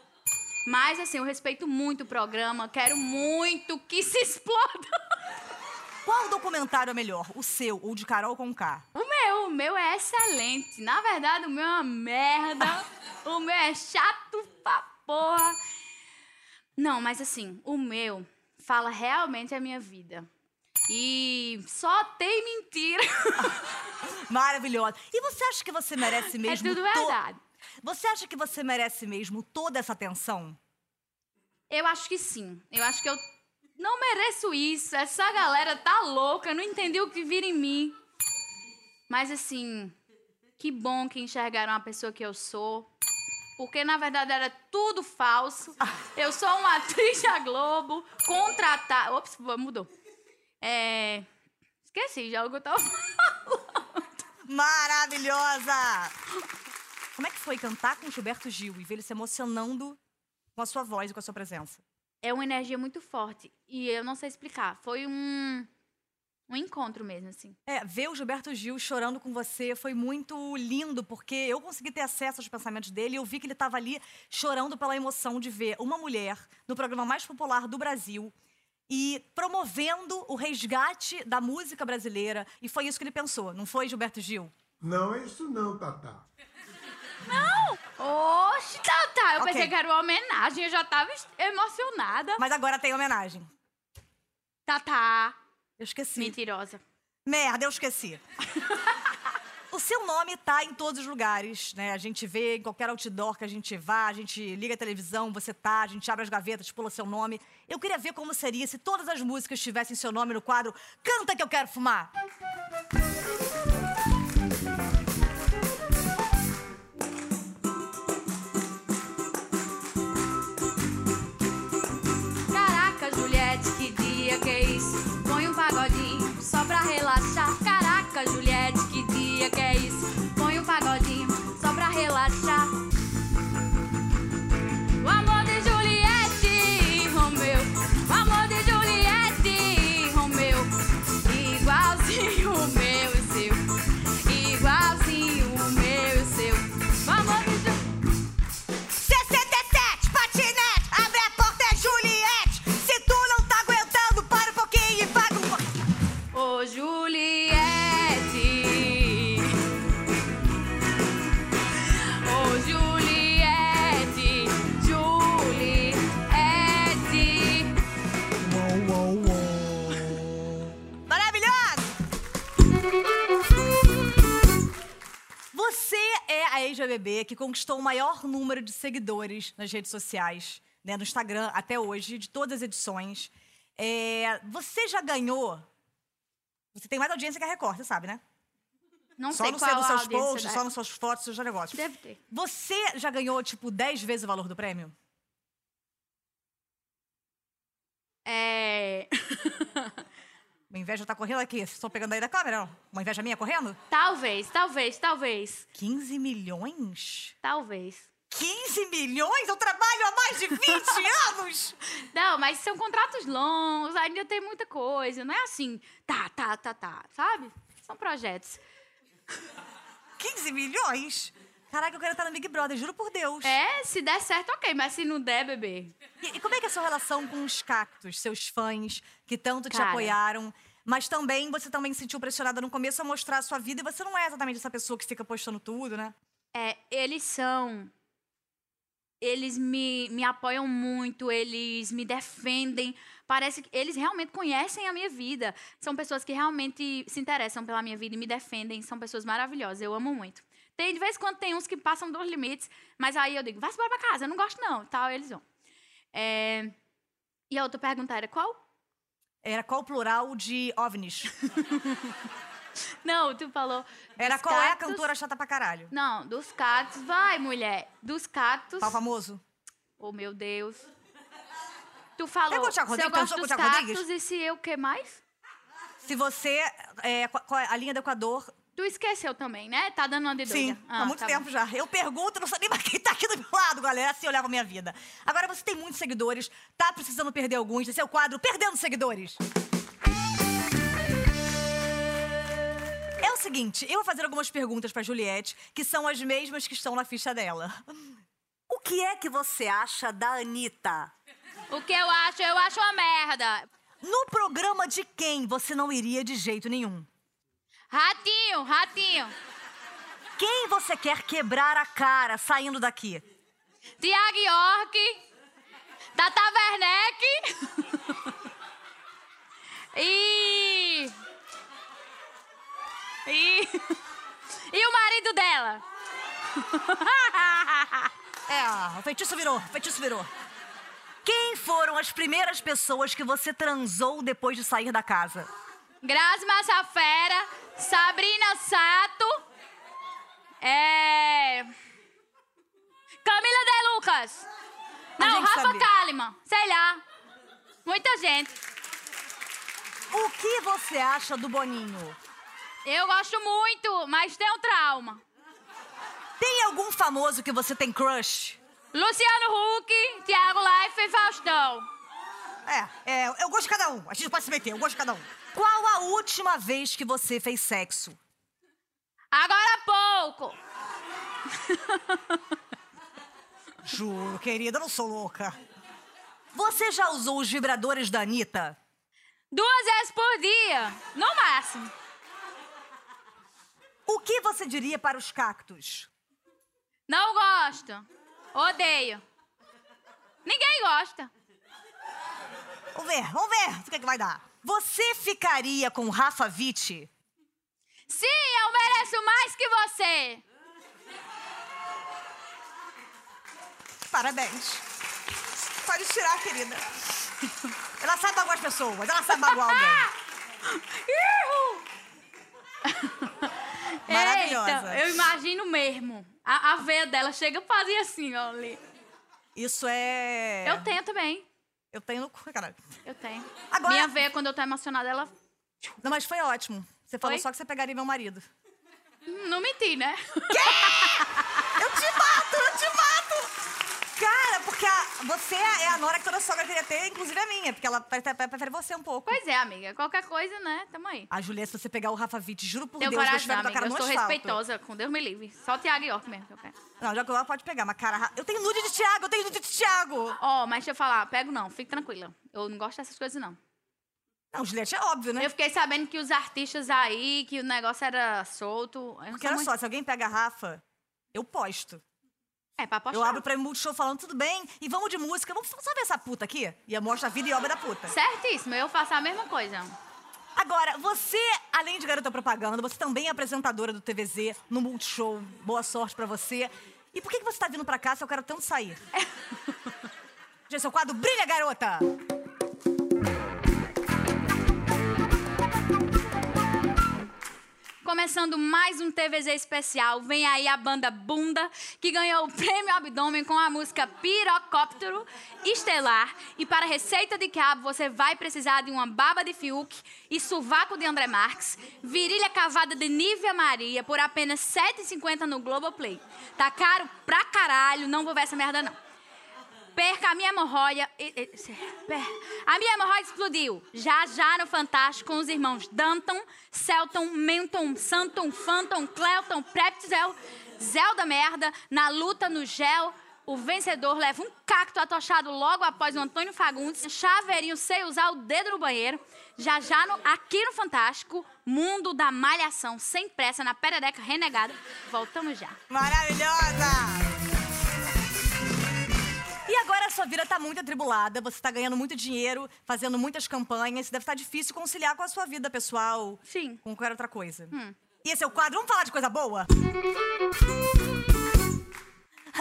S3: Mas, assim, eu respeito muito o programa, quero muito que se exploda.
S2: Qual documentário é melhor, o seu ou o de Carol Conká?
S3: O meu, o meu é excelente. Na verdade, o meu é uma merda. o meu é chato pra porra. Não, mas assim, o meu fala realmente a minha vida. E só tem mentira. É
S2: Maravilhosa. E você acha que você merece mesmo?
S3: é tudo
S2: to-
S3: verdade.
S2: Você acha que você merece mesmo toda essa atenção?
S3: Eu acho que sim. Eu acho que eu não mereço isso. Essa galera tá louca, eu não entendi o que vira em mim. Mas assim, que bom que enxergaram a pessoa que eu sou. Porque na verdade era tudo falso. Eu sou uma atriz da Globo, contratada. Ops, mudou. É. Esqueci já é o que eu tava
S2: Maravilhosa! Como é que foi cantar com Gilberto Gil e ver ele se emocionando com a sua voz e com a sua presença?
S3: é uma energia muito forte. E eu não sei explicar. Foi um. Um encontro mesmo, assim.
S2: É, ver o Gilberto Gil chorando com você foi muito lindo, porque eu consegui ter acesso aos pensamentos dele e eu vi que ele estava ali chorando pela emoção de ver uma mulher no programa mais popular do Brasil e promovendo o resgate da música brasileira. E foi isso que ele pensou, não foi, Gilberto Gil?
S5: Não é isso não, Tatá.
S3: Oxe, tá, tá. Eu
S2: Ok.
S3: pensei que era uma homenagem, eu já tava es- emocionada.
S2: Mas agora tem homenagem.
S3: Tá, tá.
S2: Eu esqueci.
S3: Mentirosa.
S2: Merda, eu esqueci. O seu nome tá em todos os lugares, né? A gente vê em qualquer outdoor que a gente vá, a gente liga a televisão, você tá, a gente abre as gavetas, pula seu nome. Eu queria ver como seria se todas as músicas tivessem seu nome no quadro Canta que eu quero fumar.
S3: é um louca, Juliette, que dia que é isso? Põe o pagodinho só pra relaxar. O amor de Juliette e Romeu. O amor de Juliette e Romeu. Igualzinho o meu e o seu. Igualzinho o meu e o seu. O amor de Ju...
S6: 67, patinete, abre a porta, é Juliette. Se tu não tá aguentando, para um pouquinho e paga um. bo-
S3: Ô Juliette Ô Juliette Juliette
S6: Maravilhoso!
S2: Você é a ex-BBB que conquistou o maior número de seguidores nas redes sociais, né, no Instagram até hoje, de todas as edições. É, você já ganhou. Você tem mais audiência que a Record, você sabe, né?
S3: Não
S2: só
S3: sei
S2: no
S3: qual
S2: seu, nos
S3: a
S2: seus
S3: audiência
S2: posts,
S3: da-
S2: só nas suas fotos, seus negócios.
S3: Deve ter.
S2: Você já ganhou, tipo, 10 vezes o valor do prêmio?
S3: É...
S2: Uma inveja tá correndo aqui. Vocês estão pegando aí da câmera? não? Uma inveja minha correndo?
S3: Talvez, talvez, talvez
S2: 15 milhões?
S3: Talvez
S2: 15 milhões? Eu trabalho há mais de 20 anos!
S3: Não, mas são contratos longos, ainda tem muita coisa Não é assim, tá, tá, tá, tá, sabe? São projetos
S2: 15 milhões? Caraca, eu quero estar no Big Brother, juro por Deus.
S3: É, se der certo, ok, mas se não der, bebê
S2: E, e como é que é a sua relação com os cactos, seus fãs, que tanto te
S3: Cara.
S2: apoiaram? Mas também, você também se sentiu pressionada no começo a mostrar a sua vida e você não é exatamente essa pessoa que fica postando tudo, né?
S3: É, eles são. Eles me, me apoiam muito, eles me defendem. Parece que eles realmente conhecem a minha vida. São pessoas que realmente se interessam pela minha vida e me defendem. São pessoas maravilhosas, eu amo muito. Tem, de vez em quando tem uns que passam dos limites, mas aí eu digo, vai embora pra casa, eu não gosto não, tal, eles vão. É, E a outra pergunta era qual?
S2: Era qual o plural de OVNIs?
S3: Não, tu falou.
S2: Era
S3: dos
S2: qual é a
S3: cactos.
S2: cantora chata pra caralho?
S3: Não, dos cactos. Vai, mulher. Dos cactos.
S2: Qual famoso?
S3: Oh, meu Deus. Tu
S2: Tem
S3: falou
S2: o
S3: se eu
S2: Thiago Rodrigues? Tem
S3: gosto
S2: o
S3: dos
S2: Thiago Rodrigues?
S3: cactos e se eu, o que mais?
S2: Se você. É, qual- qual é a linha do Equador.
S3: Tu esqueceu também, né? Tá dando uma de
S2: Sim,
S3: doida.
S2: há muito
S3: tá
S2: tempo
S3: bom.
S2: já. Eu pergunto, não sei nem pra quem tá aqui do meu lado, galera, assim eu levo a minha vida. Agora você tem muitos seguidores, tá precisando perder alguns. Esse é o quadro Perdendo Seguidores. É o seguinte, eu vou fazer algumas perguntas pra Juliette, que são as mesmas que estão na ficha dela. O que é que você acha da Anitta?
S3: O que eu acho? Eu acho uma merda.
S2: No programa de quem você não iria de jeito nenhum?
S3: Ratinho, ratinho.
S2: Quem você quer quebrar a cara saindo daqui?
S3: Tiago York. Tata Werneck. e... E... E o marido dela.
S2: É, o feitiço virou, o feitiço virou. Quem foram as primeiras pessoas que você transou depois de sair da casa?
S3: Grazi Massafera, Sabrina Sato, é... Camila De Lucas.
S2: A
S3: Não,
S2: gente
S3: Rafa
S2: sabia.
S3: Kalimann, sei lá. Muita gente.
S2: O que você acha do Boninho?
S3: Eu gosto muito, mas tem um trauma.
S2: Tem algum famoso que você tem crush?
S3: Luciano Huck, Thiago Leifert e Faustão.
S2: É, é, eu gosto de cada um. A gente pode se meter, eu gosto de cada um. Qual a última vez que você fez sexo?
S3: Agora há pouco.
S2: Juro, querida, eu não sou louca. Você já usou os vibradores da Anitta?
S3: Duas vezes por dia, no máximo.
S2: O que você diria para os cactos?
S3: Não gosto. Odeio. Ninguém gosta.
S2: Vamos ver, vamos ver o que, é que vai dar. Você ficaria com Rafa Witt?
S3: Sim, eu mereço mais que você.
S2: Parabéns. Pode tirar, querida. Ela sabe magoar as pessoas, ela sabe magoar alguém. Maravilhosa.
S3: Eita, É, então, eu imagino mesmo. A, a veia dela chega e fazia assim, ó. ali.
S2: Isso é.
S3: Eu tenho também.
S2: Eu tenho no cu, caralho.
S3: Eu tenho.
S2: Agora-
S3: Minha veia, quando eu tô emocionada, ela.
S2: Não, mas foi ótimo. Você falou
S3: Oi?
S2: só que você pegaria meu marido.
S3: Hum, Não menti, né?
S2: Eu te mato, eu te mato! Cara, porque a- você é a Nora que toda sogra queria ter, inclusive a minha, porque ela pre- pre- prefere você um pouco.
S3: Pois é, amiga. Qualquer coisa, né? Tamo aí.
S2: A Julia, se você pegar o Rafa Witt, juro por
S3: Tenho
S2: Deus, eu
S3: coragem,
S2: estiver com a
S3: amiga.
S2: cara
S3: Eu
S2: no
S3: sou
S2: asfalto.
S3: respeitosa, com Deus me livre. Só Tiago York mesmo que eu quero.
S2: Não, já que ela pode pegar, mas cara, Ra- eu tenho nude de Thiago, eu tenho nude de Thiago!
S3: Ó, mas deixa eu falar. Pego não. Fique tranquila. Eu não gosto dessas coisas, não.
S2: Não, Juliette, é óbvio, né?
S3: Eu fiquei sabendo que os artistas aí, que o negócio era solto. Eu não
S2: Porque
S3: sou
S2: olha
S3: muito...
S2: só, se alguém pega a Rafa, eu posto.
S3: É, pra apostar.
S2: Eu abro pra Multishow falando, tudo bem, e vamos de música, vamos só ver essa puta aqui? E eu mostro a vida e obra da puta.
S3: Certíssimo. Eu faço a mesma coisa.
S2: Agora, você, além de garota propaganda, você também é apresentadora do TVZ, no Multishow. Boa sorte pra você. E por que, que você tá vindo pra cá se eu quero tanto sair?
S3: É.
S2: Gente, seu quadro brilha, garota!
S3: Começando mais um TVZ especial, vem aí a banda Bunda, que ganhou o prêmio Abdômen com a música Pirocóptero Estelar. E para receita de cabo, você vai precisar de uma baba de Fiuk e sovaco de André Marques, virilha cavada de Nívia Maria por apenas R$ 7,50 no Globoplay. Tá caro pra caralho, não vou ver essa merda não. Perca a minha hemorroida. e- e- se- per- A minha hemorroida explodiu. Já já no Fantástico com os irmãos Danton, Celton, Menton, Santon, Phantom, Clelton, Preptizel, Zelda Merda, na luta no gel. O vencedor leva um cacto atochado logo após o Antônio Fagundes. um Chaveirinho sem usar o dedo no banheiro. Já já no, aqui no Fantástico, mundo da malhação sem pressa na perereca renegada. Voltamos já.
S2: Maravilhosa! E agora a sua vida tá muito atribulada, você tá ganhando muito dinheiro, fazendo muitas campanhas, deve estar difícil conciliar com a sua vida pessoal,
S3: Sim.
S2: com qualquer outra coisa. E esse é o quadro, vamos falar de coisa boa?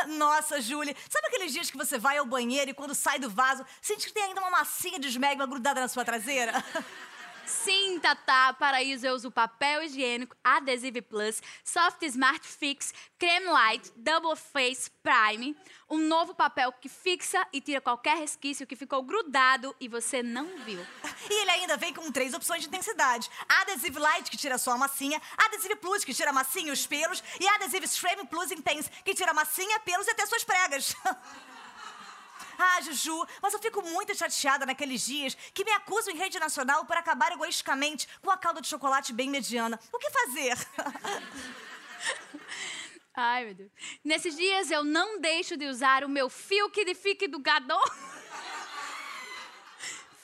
S2: Nossa, Júlia, sabe aqueles dias que você vai ao banheiro e quando sai do vaso, sente que tem ainda uma massinha de esmegma grudada na sua traseira?
S3: Sim, Tatá, paraíso eu uso papel higiênico, adesivo plus, soft smart fix, creme light, double face prime, um novo papel que fixa e tira qualquer resquício que ficou grudado e você não viu.
S2: E ele ainda vem com três opções de intensidade: Adhesive Light, que tira só a massinha, Adhesive Plus, que tira a massinha e os pelos, e Adhesive Stream Plus Intense, que tira a massinha, pelos e até suas pregas. Ah, Juju, mas eu fico muito chateada naqueles dias que me acusam em rede nacional por acabar egoisticamente com a calda de chocolate bem mediana. O que fazer?
S3: Ai, meu Deus. Nesses dias eu não deixo de usar o meu fio quilificador.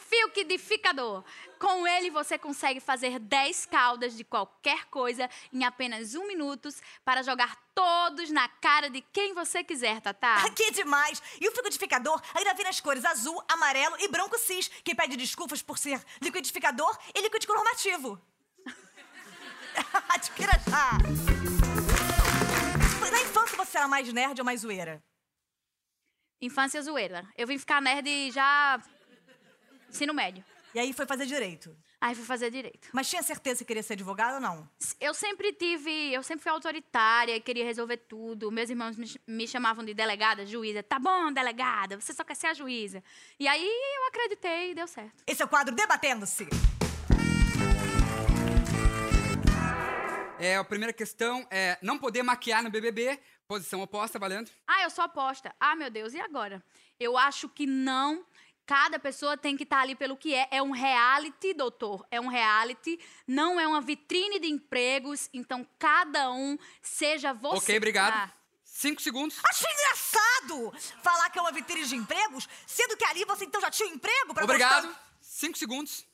S3: Fio quilificador. Com ele você consegue fazer 10 caldas de qualquer coisa em apenas um minuto para jogar todos na cara de quem você quiser, Tatá.
S4: Ah.
S2: que é demais! E o liquidificador ainda vem nas cores azul, amarelo e branco cis, que pede desculpas por ser liquidificador e líquido cromativo. Adquira já! Na infância você era mais nerd ou mais zoeira?
S3: Infância zoeira. Eu vim ficar nerd já ensino médio.
S2: E aí foi fazer direito.
S3: Aí fui fazer direito.
S2: Mas tinha certeza que queria ser advogado ou não?
S3: Eu sempre tive, eu sempre fui autoritária, e queria resolver tudo. Meus irmãos me, ch- me chamavam de delegada, juíza. Tá bom, delegada, você só quer ser a juíza. E aí eu acreditei e deu certo.
S2: Esse é o quadro Debatendo-se.
S4: É, a primeira questão é não poder maquiar no BBB, posição oposta, valendo.
S3: Ah, eu sou aposta. Ah, meu Deus, e agora? Eu acho que não. Cada pessoa tem que estar ali pelo que é. É um reality, doutor. É um reality, não é uma vitrine de empregos. Então, cada um seja você.
S4: ok, obrigado.
S3: Ah,
S4: Cinco segundos.
S2: Acho engraçado falar que é uma vitrine de empregos, sendo que ali você então já tinha um emprego pra
S4: Obrigado.
S2: postar-
S4: Cinco segundos.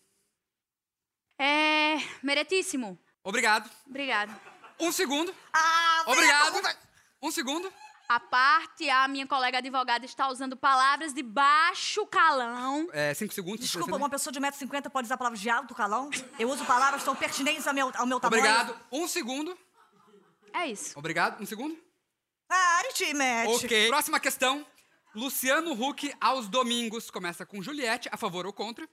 S3: é. Meretíssimo.
S4: Obrigado.
S3: Obrigado.
S4: Um segundo.
S2: Ah, vem a
S4: Obrigado.
S2: pergunta-
S4: Um segundo.
S3: A parte, a minha colega advogada está usando palavras de baixo calão.
S4: É, cinco segundos.
S2: Desculpa,
S4: Você-
S2: uma pessoa de 1,50m pode usar palavras de alto calão? Eu uso palavras que são pertinentes ao meu, ao
S3: tá
S2: meu tamanho.
S4: Obrigado. Um segundo.
S3: É isso.
S4: Obrigado. Um segundo.
S2: Pare, Timete.
S4: Ok. Próxima questão. Luciano Huck aos domingos. Começa com Juliette, a favor ou contra?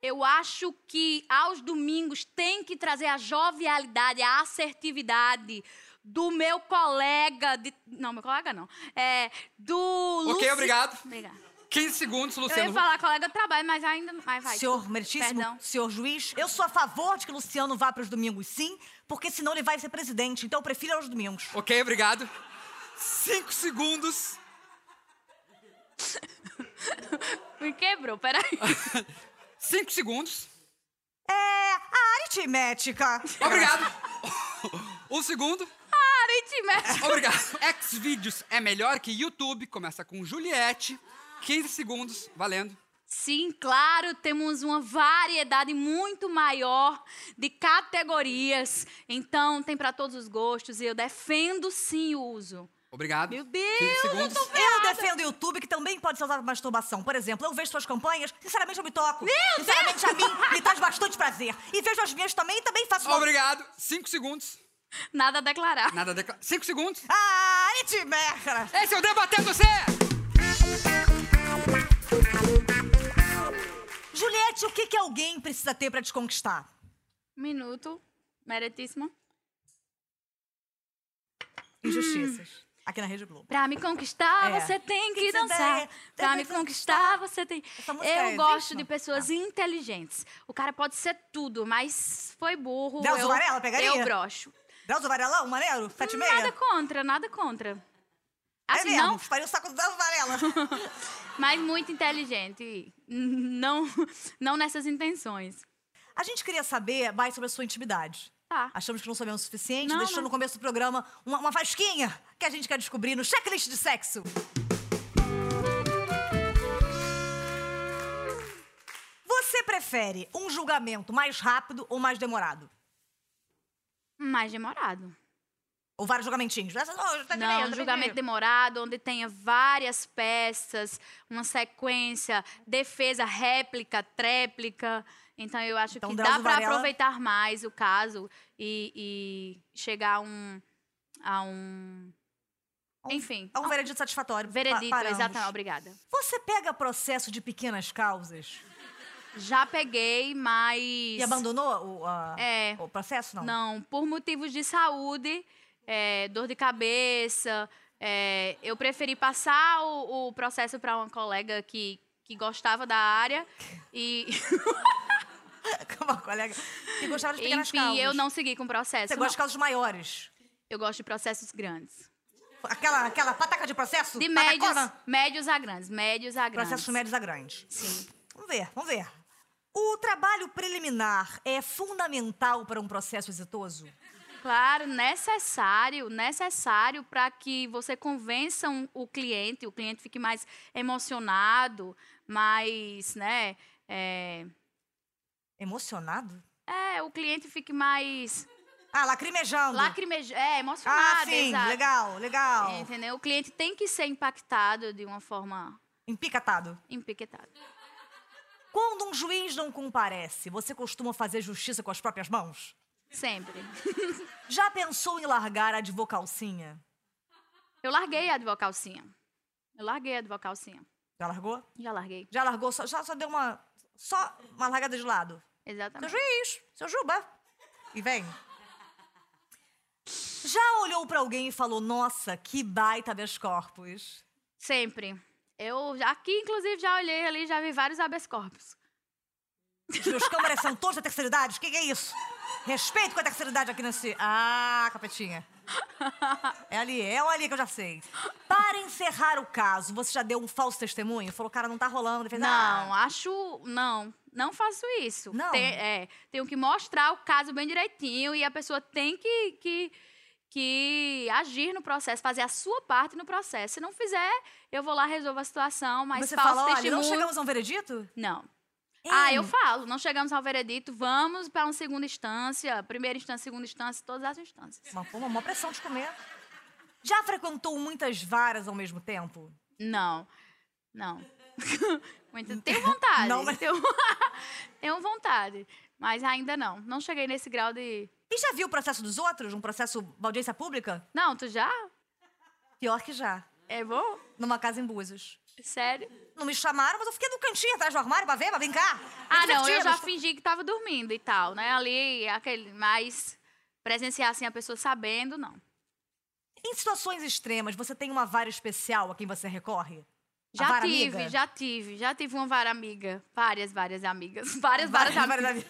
S3: Eu acho que aos domingos tem que trazer a jovialidade, a assertividade do meu colega de... Não, meu colega não. É, do
S4: Ok,
S3: Luci-
S4: obrigado.
S3: Obrigada.
S4: 15 segundos,
S3: Eu ia
S4: Luciano.
S3: falar colega de trabalho, mas ainda. Ai, vai.
S2: Senhor
S3: desculpa.
S2: meritíssimo,
S3: Perdão.
S2: senhor juiz, eu sou a favor de que o Luciano vá para os domingos, sim, porque senão ele vai ser presidente. Então eu prefiro ir aos domingos.
S4: Ok, obrigado. 5 segundos.
S3: Me quebrou, peraí.
S4: 5 segundos.
S2: É. A aritmética.
S4: Obrigado. Um segundo.
S3: Aritmética.
S4: Obrigado. Xvideos é melhor que YouTube. Começa com Juliette. 15 segundos, valendo.
S3: Sim, claro, temos uma variedade muito maior de categorias. Então, tem pra todos os gostos e eu defendo sim o uso.
S4: Obrigado.
S3: Meu
S4: 15
S3: Deus, eu
S4: segundos.
S3: tô vendo.
S2: Eu defendo o YouTube, que também pode ser usado pra masturbação. Por exemplo, eu vejo suas campanhas, sinceramente eu me toco. sinceramente a mim me traz bastante prazer. E vejo as minhas também e também faço.
S4: Obrigado. 5 segundos.
S3: Nada a declarar.
S4: Nada a declarar. 5 segundos.
S2: A Ah, aritmética.
S4: Esse é o Debatendo Você!
S2: Juliette, o que, que alguém precisa ter pra te conquistar?
S3: Minuto, meritíssimo.
S2: Injustiças. Hum. Aqui na Rede Globo.
S3: Pra me conquistar,
S2: É.
S3: você
S2: Tem
S3: tem que
S2: que ser
S3: dançar.
S2: dez.
S3: Pra
S2: Tem
S3: me
S2: que ser-
S3: conquistar, você tem.
S2: Essa música
S3: Eu
S2: é
S3: gosto
S2: ritmo?
S3: de pessoas inteligentes. O cara pode ser tudo, mas foi burro.
S2: Nelson
S3: eu,
S2: Varela pegaria?
S3: Eu broxo.
S2: Delzo Varelão, maneiro? Sete e meia?
S3: Nada contra, nada contra.
S2: É
S3: Assim,
S2: mesmo,
S3: não,
S2: faria o saco do Delzo Varela.
S3: mas muito inteligente. Não, não nessas intenções.
S2: A gente queria saber mais sobre a sua intimidade.
S3: Tá.
S2: Achamos que não sabemos o suficiente,
S3: Não,
S2: deixou
S3: não.
S2: no começo do programa uma, uma fasquinha que a gente quer descobrir no checklist de sexo. Você prefere um julgamento mais rápido ou mais demorado?
S3: Mais demorado.
S2: Ou vários julgamentinhos? Essa- oh, tá direito, tá
S3: Não, um julgamento
S2: direito.
S3: demorado, onde tenha várias peças, uma sequência, defesa, réplica, tréplica. Então, eu acho
S2: Então,
S3: que
S2: Drauzio
S3: dá para
S2: Varela-
S3: aproveitar mais o caso e, e chegar a um. A um
S2: Um-
S3: enfim,
S2: É um veredito satisfatório. pa-
S3: veredito,
S2: para ambos.
S3: exatamente, obrigada.
S2: Você pega processo de pequenas causas
S3: Já peguei, mas.
S2: e abandonou o, a-
S3: É.
S2: o processo? Não.
S3: Não, por motivos de saúde, é, dor de cabeça. é, eu preferi passar o, o processo para uma colega que, que gostava da área. E,
S2: Com uma colega que gostava de pequenas
S3: enfim,
S2: causas.
S3: eu não segui com o processo.
S2: Você gosta de
S3: não.
S2: causas maiores?
S3: Eu gosto de processos grandes.
S2: Aquela, aquela pataca de processo?
S3: De médios,
S2: Patacona?
S3: médios a grandes. Médios a grandes.
S2: tá Processos médios a grandes.
S3: Sim.
S2: Vamos ver, vamos ver. O trabalho preliminar é fundamental para um processo exitoso?
S3: Claro, necessário, necessário para que você convença um- o cliente, o cliente fique mais emocionado, mais, né, é,
S2: Emocionado?
S3: É, o cliente fique mais
S2: Ah, lacrimejando.
S3: lacrimejado, é, emocionado,
S2: Ah, sim,
S3: exato. É.
S2: legal, legal.
S3: Entendeu? O cliente tem que ser impactado de uma forma
S2: Empicatado.
S3: empiquetada.
S2: Quando um juiz não comparece, você costuma fazer justiça com as próprias mãos?
S3: Sempre.
S2: Já pensou em largar a advocalcinha?
S3: Eu larguei a advocalcinha. Eu larguei a advocalcinha.
S2: Já largou?
S3: Já larguei.
S2: Já largou, só, só, só deu uma. Só uma largada de lado. Seu
S3: Exatamente.
S2: juiz, seu Juba. E vem. Já olhou pra alguém e falou, nossa, que baita habeas corpus.
S3: Sempre. Eu já- aqui, inclusive, já olhei ali, já vi vários habeas corpus.
S2: Os meus câmeras são todos da terceira idade, o que, que é isso? Respeito com a terceira idade aqui nesse... Ah, capetinha. É ali, é o ali que eu já sei. Para encerrar o caso, você já deu um falso testemunho? Falou, cara, não tá rolando. Ele fez,
S3: Não,
S2: ah,
S3: acho. Não, não faço isso.
S2: Não?
S3: Tem- é, tenho que mostrar o caso bem direitinho e a pessoa tem que, que, que agir no processo, fazer a sua parte no processo. Se não fizer, eu vou lá, resolvo a situação, mas
S2: você
S3: falso
S2: fala, olha, não
S3: testemunho.
S2: chegamos a um veredito?
S3: Não.
S2: É.
S3: Ah, eu falo, não chegamos ao veredito, vamos para uma segunda instância, primeira instância, segunda instância, todas as instâncias.
S2: Uma, uma, uma pressão de comer. Já frequentou muitas varas ao mesmo tempo?
S3: Não, não. Muito, tenho vontade.
S2: Não, mas-
S3: tenho... tenho vontade, mas ainda não. Não cheguei nesse grau de.
S2: E já viu o processo dos outros? Um processo de audiência pública?
S3: Não, tu já?
S2: Pior que já.
S3: É bom?
S2: Numa casa em Búzios.
S3: Sério?
S2: Não me chamaram, mas eu fiquei no cantinho atrás do armário pra ver, pra brincar.
S3: Ah,
S2: Me
S3: não, eu
S2: divertindo.
S3: já fingi que tava dormindo e tal, né? Ali, aquele. Mas presenciar assim a pessoa sabendo, não.
S2: Em situações extremas, você tem uma vara especial a quem você recorre? A
S3: Já
S2: vara
S3: tive,
S2: amiga?
S3: já tive. Já tive uma vara amiga. Várias, várias amigas. Várias, várias, amigas.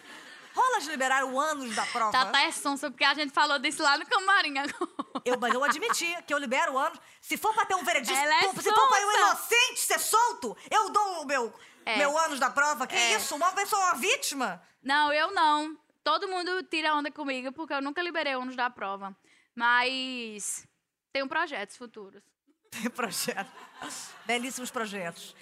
S2: Rolas liberaram anos da prova.
S3: Tata é sonsa, porque a gente falou disso lá no camarim agora.
S2: Eu, mas eu admiti que eu libero anos. Se for pra ter um veredito,
S3: Ela é
S2: se for pra eu
S3: sonsa.
S2: inocente ser solto, eu dou o meu,
S3: É.
S2: meu anos da prova. Que
S3: É.
S2: isso? Uma pessoa, uma vítima?
S3: Não, eu não. Todo mundo tira onda comigo, porque eu nunca liberei ônus da prova. Mas tenho projetos futuros.
S2: Projeto. Belíssimos projetos.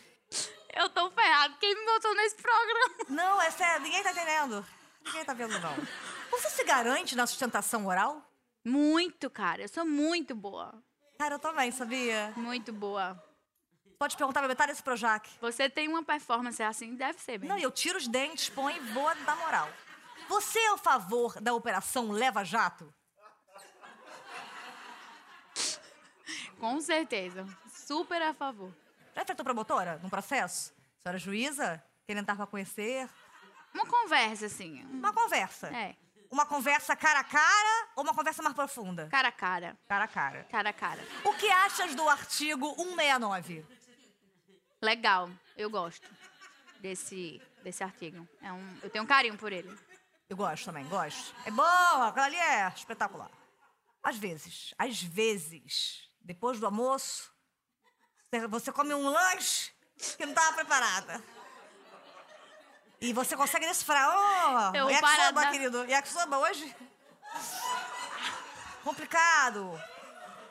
S3: Eu tô ferrada. Quem me botou nesse programa?
S2: Não, é sério, ninguém tá entendendo. Ninguém tá vendo, não. Você se garante na sustentação oral?
S3: Muito, cara. Eu sou muito boa.
S2: Cara, eu também, sabia?
S3: Muito boa.
S2: Pode perguntar pra metade desse Projac.
S3: Você tem uma performance assim, deve ser bem.
S2: Não, eu tiro os dentes, põe e vou dar moral. Você é a favor da operação Leva Jato?
S3: Com certeza. Super a favor.
S2: Já enfrentou promotora num processo? Senhora juíza? Querendo dar pra conhecer?
S3: Uma conversa, assim. um-
S2: Uma conversa.
S3: É.
S2: Uma conversa cara a cara ou uma conversa mais profunda?
S3: Cara a cara.
S2: Cara a cara.
S3: Cara a cara.
S2: O que achas do artigo 169?
S3: Legal. Eu gosto desse, desse artigo. É um, eu tenho um carinho por ele.
S2: Eu gosto também, gosto. É bom, aquela ali é espetacular. Às vezes, às vezes, depois do almoço, você- você come um lanche que não estava preparada. E você consegue desfrar. Ô,
S3: Eu
S2: oh,
S3: parada.
S2: yakisoba, querido. é Yakisoba hoje? Complicado.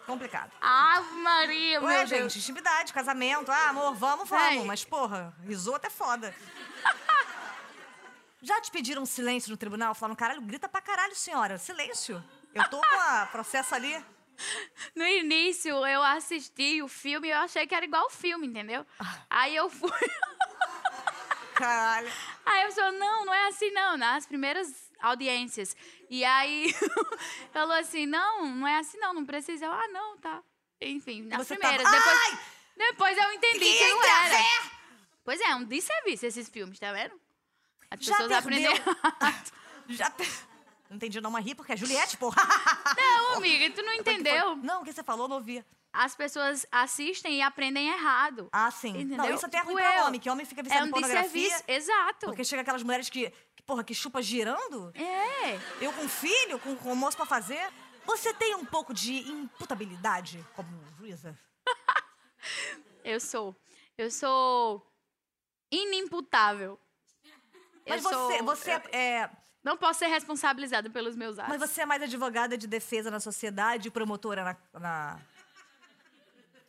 S2: Complicado.
S3: Ave Maria,
S2: Ué,
S3: meu
S2: gente,
S3: Deus.
S2: intimidade, casamento. Ah, amor, vamos, vamos.
S3: Vai.
S2: Mas, porra, risoto é foda. Já te pediram um silêncio no tribunal? Falaram, caralho, grita pra caralho, senhora. Silêncio. Eu tô com a processo ali.
S3: No início, eu assisti o filme e eu achei que era igual o filme, entendeu?
S2: Ah.
S3: Aí eu fui.
S2: Caralho.
S3: Aí eu falei, não, não é assim não, nas primeiras audiências. E aí falou assim, não, não é assim não, não precisa. Eu, ah, não, tá. Enfim, nas
S2: Você tava-
S3: primeiras. Depois,
S2: Ai!
S3: depois eu entendi que não
S2: Entra,
S3: era.
S2: Zé!
S3: Pois é, é um desserviço esses filmes, tá vendo? As
S2: Já
S3: pessoas aprendem
S2: perdeu.
S3: errado.
S2: Já... pe- Não entendi não, mas ri porque é Juliette, porra.
S3: Não, É, amiga, tu não
S2: É
S3: entendeu.
S2: Não, o que você falou, não ouvi.
S3: As pessoas assistem e aprendem errado.
S2: Ah, sim. Não,
S3: Entendeu?
S2: isso até é ruim
S3: Tipo
S2: pra
S3: eu.
S2: homem, que homem fica viciado
S3: É um
S2: em pornografia.
S3: desserviço, exato.
S2: Porque chega aquelas mulheres que, que, porra, que chupa girando.
S3: É.
S2: Eu com filho, com, com almoço pra fazer. Você tem um pouco de imputabilidade como juíza?
S3: Eu sou. Eu sou inimputável. Eu
S2: Mas você,
S3: sou-
S2: você
S3: eu
S2: é,
S3: não posso ser responsabilizada pelos meus atos.
S2: mas você é mais advogada de defesa na sociedade e promotora na, na...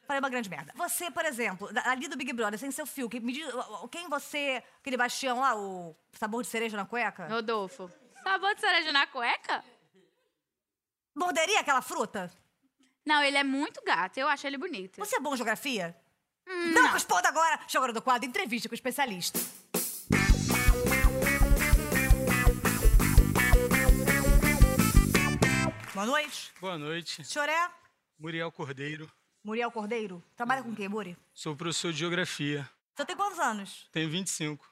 S2: Falei uma grande merda. Você, por exemplo, da- ali do Big Brother, sem seu fio, que me diz, quem você, aquele bastião lá, o sabor de cereja na cueca,
S3: Rodolfo, sabor de cereja na cueca?
S2: morderia aquela fruta?
S3: Não, ele é muito gato. Eu acho ele bonito.
S2: Você é bom em geografia? não, responda agora! Chegou a hora do quadro Entrevista com o Especialista. Boa noite.
S7: Boa noite,
S2: O senhor é
S7: Muriel Cordeiro.
S2: Muriel Cordeiro? Trabalha com quem, Muri?
S7: Sou professor de geografia.
S2: Você tem quantos anos?
S7: Tenho 25.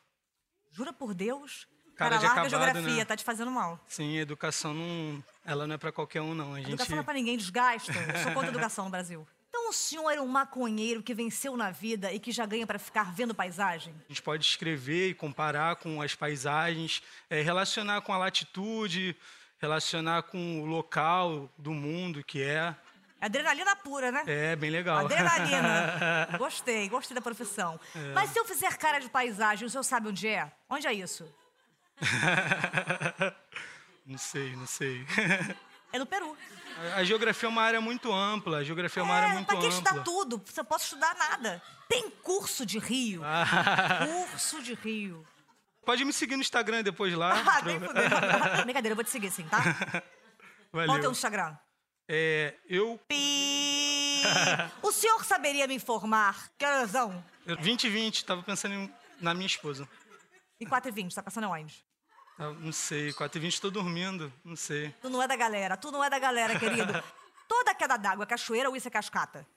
S2: Jura por Deus?
S7: Cara de
S2: larga a
S7: acabado,
S2: geografia,
S7: né?
S2: tá te fazendo mal.
S7: Sim, a educação não, ela não é pra qualquer um não. A gente
S2: Educação não é pra ninguém, desgasta. Eu sou contra a educação no Brasil. Então o senhor é um maconheiro que venceu na vida e que já ganha pra ficar vendo paisagem?
S7: a gente pode escrever e comparar com as paisagens, eh, relacionar com a latitude, relacionar com o local do mundo que é.
S2: Adrenalina pura, né?
S7: É bem legal.
S2: Adrenalina. gostei, gostei da profissão.
S7: É.
S2: Mas se eu fizer cara de paisagem, o senhor sabe onde é? Onde é isso?
S7: não sei, não sei.
S2: É no Peru.
S7: A- a geografia é uma área muito ampla. A geografia é uma área muito
S2: pra que
S7: ampla.
S2: estudar tudo? Você não pode estudar nada. Tem curso de Rio.
S7: Ah.
S2: Curso de Rio.
S7: Pode me seguir no Instagram depois lá.
S2: Ah,
S7: pro-
S2: nem fudeu. Brincadeira, eu vou te seguir sim, tá? Qual é o teu
S7: Valeu.
S2: Instagram?
S7: É, eu
S2: Pi. O senhor saberia me informar? Que horazão?
S7: Eu- 20 e 20, tava pensando em- na minha esposa.
S2: E 4 e 20, tá passando onde?
S7: Ah, não sei, 4 e 20 tô dormindo, não sei.
S2: Tu não é da galera, tu não é da galera, querido. Toda queda d'água é cachoeira ou isso é cascata?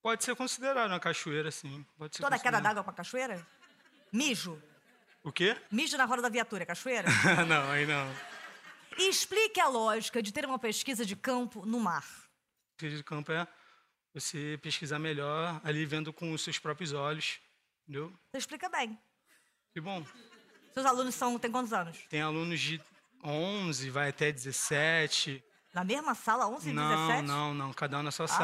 S7: Pode ser considerado uma cachoeira, sim. Pode ser
S2: Toda queda
S7: considerado.
S2: d'água é pra cachoeira? Mijo.
S7: O quê?
S2: Mijo na roda da viatura, é cachoeira?
S7: não, aí não.
S2: E explique a lógica de ter uma pesquisa de campo no mar.
S7: Pesquisa de campo é você pesquisar melhor ali vendo com os seus próprios olhos, entendeu?
S2: Você explica bem.
S7: E bom,
S2: Seus alunos são, tem quantos anos?
S7: tem alunos de 11, vai até 17.
S2: Na mesma sala, 11 e
S7: não,
S2: 17?
S7: não, não, cada um na sua
S2: Ah, tá.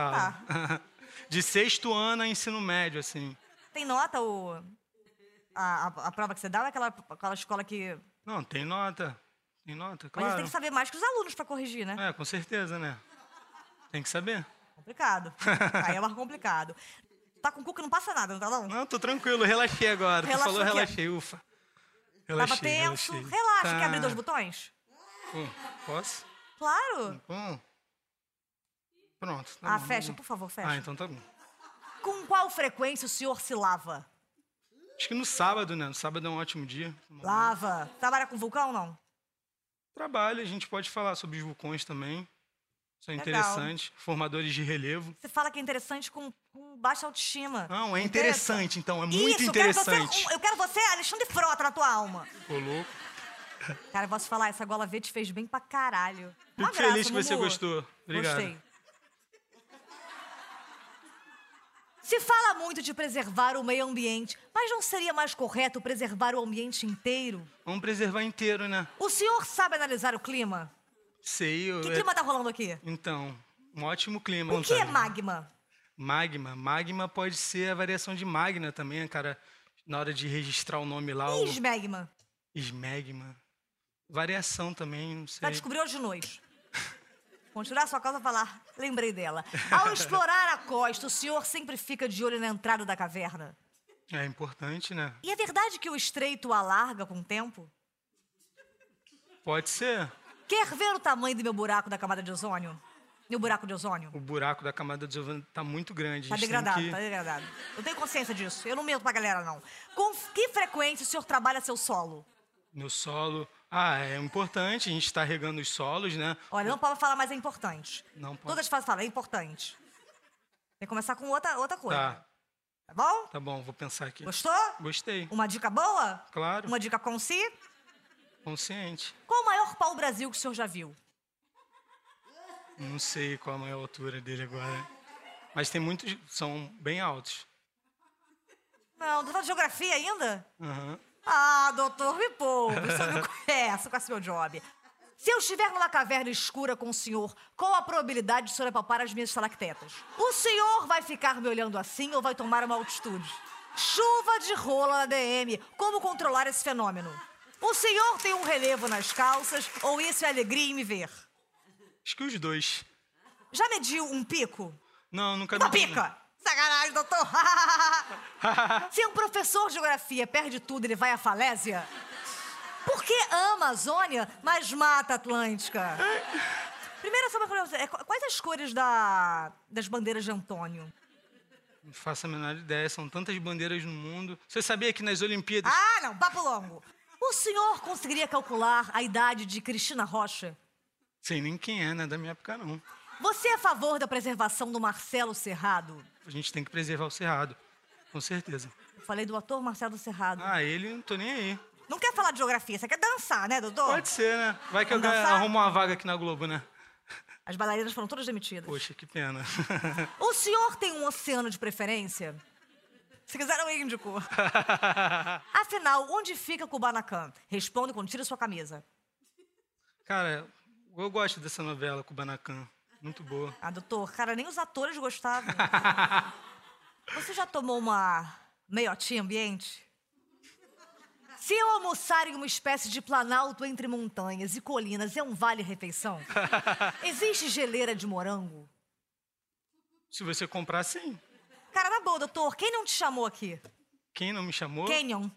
S7: sala. de sexto ano a ensino médio, assim.
S2: Tem nota o... A, a- a prova que você dá ou é aquela, aquela escola que...
S7: Não, tem nota. Tem nota,
S2: Mas você
S7: claro.
S2: tem que saber mais que os alunos pra corrigir, né?
S7: É, com certeza, né? Tem que saber.
S2: Complicado. Aí é mais complicado. Tá com cu que não passa nada, não tá não?
S7: Não, tô tranquilo, relaxei agora. Tu
S2: Relaxou
S7: falou,
S2: aqui, ó.
S7: relaxei, ufa. Relaxei,
S2: Tava tenso.
S7: relaxei.
S2: Relaxa,
S7: Tá.
S2: quer abrir dois botões?
S7: Pô, Posso?
S2: Claro.
S7: Bom. Pronto. tá
S2: Ah,
S7: bom.
S2: fecha, por favor, fecha.
S7: Ah, então tá bom.
S2: Com qual frequência o senhor se lava?
S7: Acho que no sábado, né? No sábado é um ótimo dia.
S2: Lava. Trabalha com vulcão, não?
S7: Trabalho, a gente pode falar sobre os vulcões também. São
S2: Legal.
S7: interessantes. Formadores de relevo.
S2: Você fala que é interessante com, com baixa autoestima.
S7: Não, é
S2: Interessa?
S7: interessante, então. É muito
S2: Isso, eu quero um- você-
S7: interessante.
S2: um- Eu quero, você, Alexandre Frota, na tua alma.
S7: Ô, louco.
S2: Cara, eu posso falar, essa gola V te fez bem pra caralho. Uma
S7: Fico feliz
S2: graça,
S7: que você
S2: Mumu.
S7: gostou. Obrigado.
S2: Gostei. Se fala muito de preservar o meio ambiente, mas não seria mais correto preservar o ambiente inteiro?
S7: Vamos preservar inteiro, né?
S2: O senhor sabe analisar o clima?
S7: Sei, eu...
S2: Que clima tá rolando aqui?
S7: Então, um ótimo clima.
S2: O que é
S7: Antônio.
S2: magma?
S7: Magma. Magma pode ser a variação de magna também, né, cara. Na hora de registrar o nome lá, o
S2: Ismegma.
S7: esmegma. Variação também, não sei.
S2: Vai descobrir hoje de noite. Quando tirar sua causa, falar, lembrei dela. Ao explorar a costa, o senhor sempre fica de olho na entrada da caverna.
S7: É importante, né?
S2: E é verdade que o estreito alarga com o tempo?
S7: Pode ser
S2: Quer ver o tamanho do meu buraco da camada de ozônio? Meu buraco de ozônio?
S7: o buraco da camada de ozônio tá muito grande.
S2: Tá
S7: a gente
S2: degradado,
S7: tem que...
S2: tá degradado. Eu tenho consciência disso. Eu não mento pra galera, não. Com que frequência o senhor trabalha seu solo?
S7: Meu solo. Ah, é importante. A gente tá regando os solos, né?
S2: Olha, não pode falar, mas é importante.
S7: Não pode.
S2: Todas as fases falam, é importante. Tem que começar com outra, outra coisa.
S7: Tá,
S2: Tá bom?
S7: tá bom, vou pensar aqui.
S2: Gostou?
S7: Gostei.
S2: Uma dica boa?
S7: Claro,
S2: Uma dica com si?
S7: consciente.
S2: Qual o maior pau-brasil que o senhor já viu?
S7: Não sei qual a maior altura dele agora. Mas tem muitos, são bem altos.
S2: Não, doutor de geografia ainda?
S7: Aham.
S2: Ah, doutor, me poupe. O senhor me conhece, conhece meu job. Se eu estiver numa caverna escura com o senhor, qual a probabilidade de o senhor apalpar as minhas estalactetas? O senhor vai ficar me olhando assim ou vai tomar uma altitude? Chuva de rola na DM. Como controlar esse fenômeno? O senhor tem um relevo nas calças ou isso é alegria em me ver?
S7: Acho que os dois.
S2: Já mediu um pico?
S7: Não, nunca
S2: Uma
S7: medi, não.
S2: Tá pica! Sacanagem, doutor! Se um professor de geografia perde tudo, ele vai à falésia? Por que ama a Amazônia, mas mata a Atlântica? Primeiro, só uma curiosidade. é, Qu- Quais as cores da- das bandeiras de Antônio?
S7: Não faço a menor ideia. São tantas bandeiras no mundo. Você sabia que nas Olimpíadas.
S2: Ah, não, papo longo. O senhor conseguiria calcular a idade de Cristina Rocha?
S7: Sei nem quem é, né? Da minha época, não.
S2: Você é a favor da preservação do Marcelo Serrado?
S7: A gente tem que preservar o cerrado. Com certeza.
S2: Eu falei do ator Marcelo Serrado.
S7: Ah, ele, não tô nem aí.
S2: Não quer falar de geografia, você quer dançar, né, doutor?
S7: Pode ser, né? Vai que eu
S2: Vamos
S7: ganho-
S2: dançar?
S7: arrumo uma vaga aqui na Globo, né?
S2: As bailarinas foram todas demitidas.
S7: Poxa, que pena.
S2: O senhor tem um oceano de preferência? Se quiser, é o Índico. Afinal, onde fica Kubanacan? Responda quando tira sua camisa.
S7: Cara, eu gosto dessa novela Kubanacan. Muito boa.
S2: Ah, doutor, cara, nem os atores gostavam. Você já tomou uma meiotinha ambiente? Se eu almoçar em uma espécie de planalto entre montanhas e colinas, é um vale-refeição? Existe geleira de morango?
S7: Se você comprar, sim.
S2: Cara, na boa, doutor, quem não te chamou aqui?
S7: Quem não me chamou?
S2: Kenyon.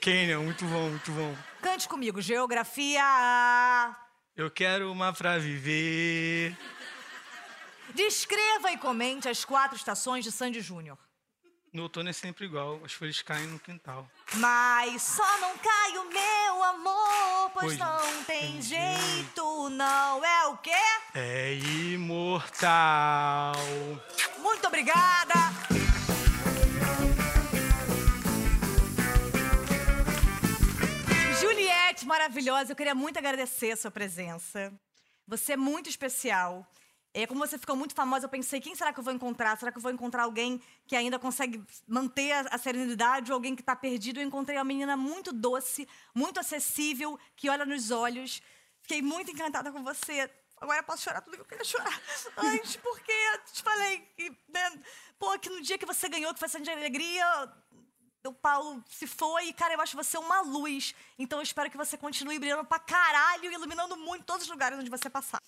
S7: Kenyon, muito bom, muito bom.
S2: Cante comigo, geografia.
S7: Eu quero uma pra viver.
S2: Descreva e comente as quatro estações de Sandy Júnior.
S7: No outono é sempre igual, as folhas caem no quintal.
S2: Mas só não cai o meu amor, pois
S7: Pois
S2: não
S7: não
S2: tem
S7: tem
S2: jeito, não é o quê?
S7: É imortal.
S2: Muito obrigada! Juliette, maravilhosa, eu queria muito agradecer a sua presença. Você é muito especial. É, como você ficou muito famosa, eu pensei, quem será que eu vou encontrar? Será que eu vou encontrar alguém que ainda consegue manter a, a serenidade ou alguém que está perdido? Eu encontrei uma menina muito doce, muito acessível, que olha nos olhos. Fiquei muito encantada com você. Agora eu posso chorar tudo que eu queria chorar antes, porque eu te falei que, né, pô, que no dia que você ganhou, que foi sendo de alegria, o Paulo se foi e, cara, eu acho você uma luz. Então eu espero que você continue brilhando pra caralho, iluminando muito todos os lugares onde você passar.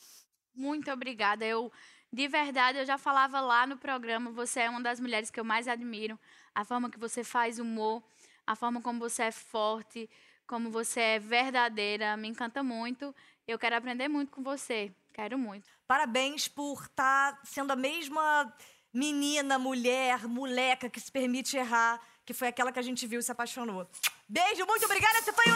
S3: Muito obrigada. Eu, de verdade, eu já falava lá no programa, você é uma das mulheres que eu mais admiro. A forma que você faz humor, a forma como você é forte, como você é verdadeira, me encanta muito. Eu quero aprender muito com você. Quero muito.
S2: Parabéns por estar sendo a mesma menina, mulher, moleca que se permite errar, que foi aquela que a gente viu e se apaixonou. Beijo, muito obrigada. Você foi o Então, tá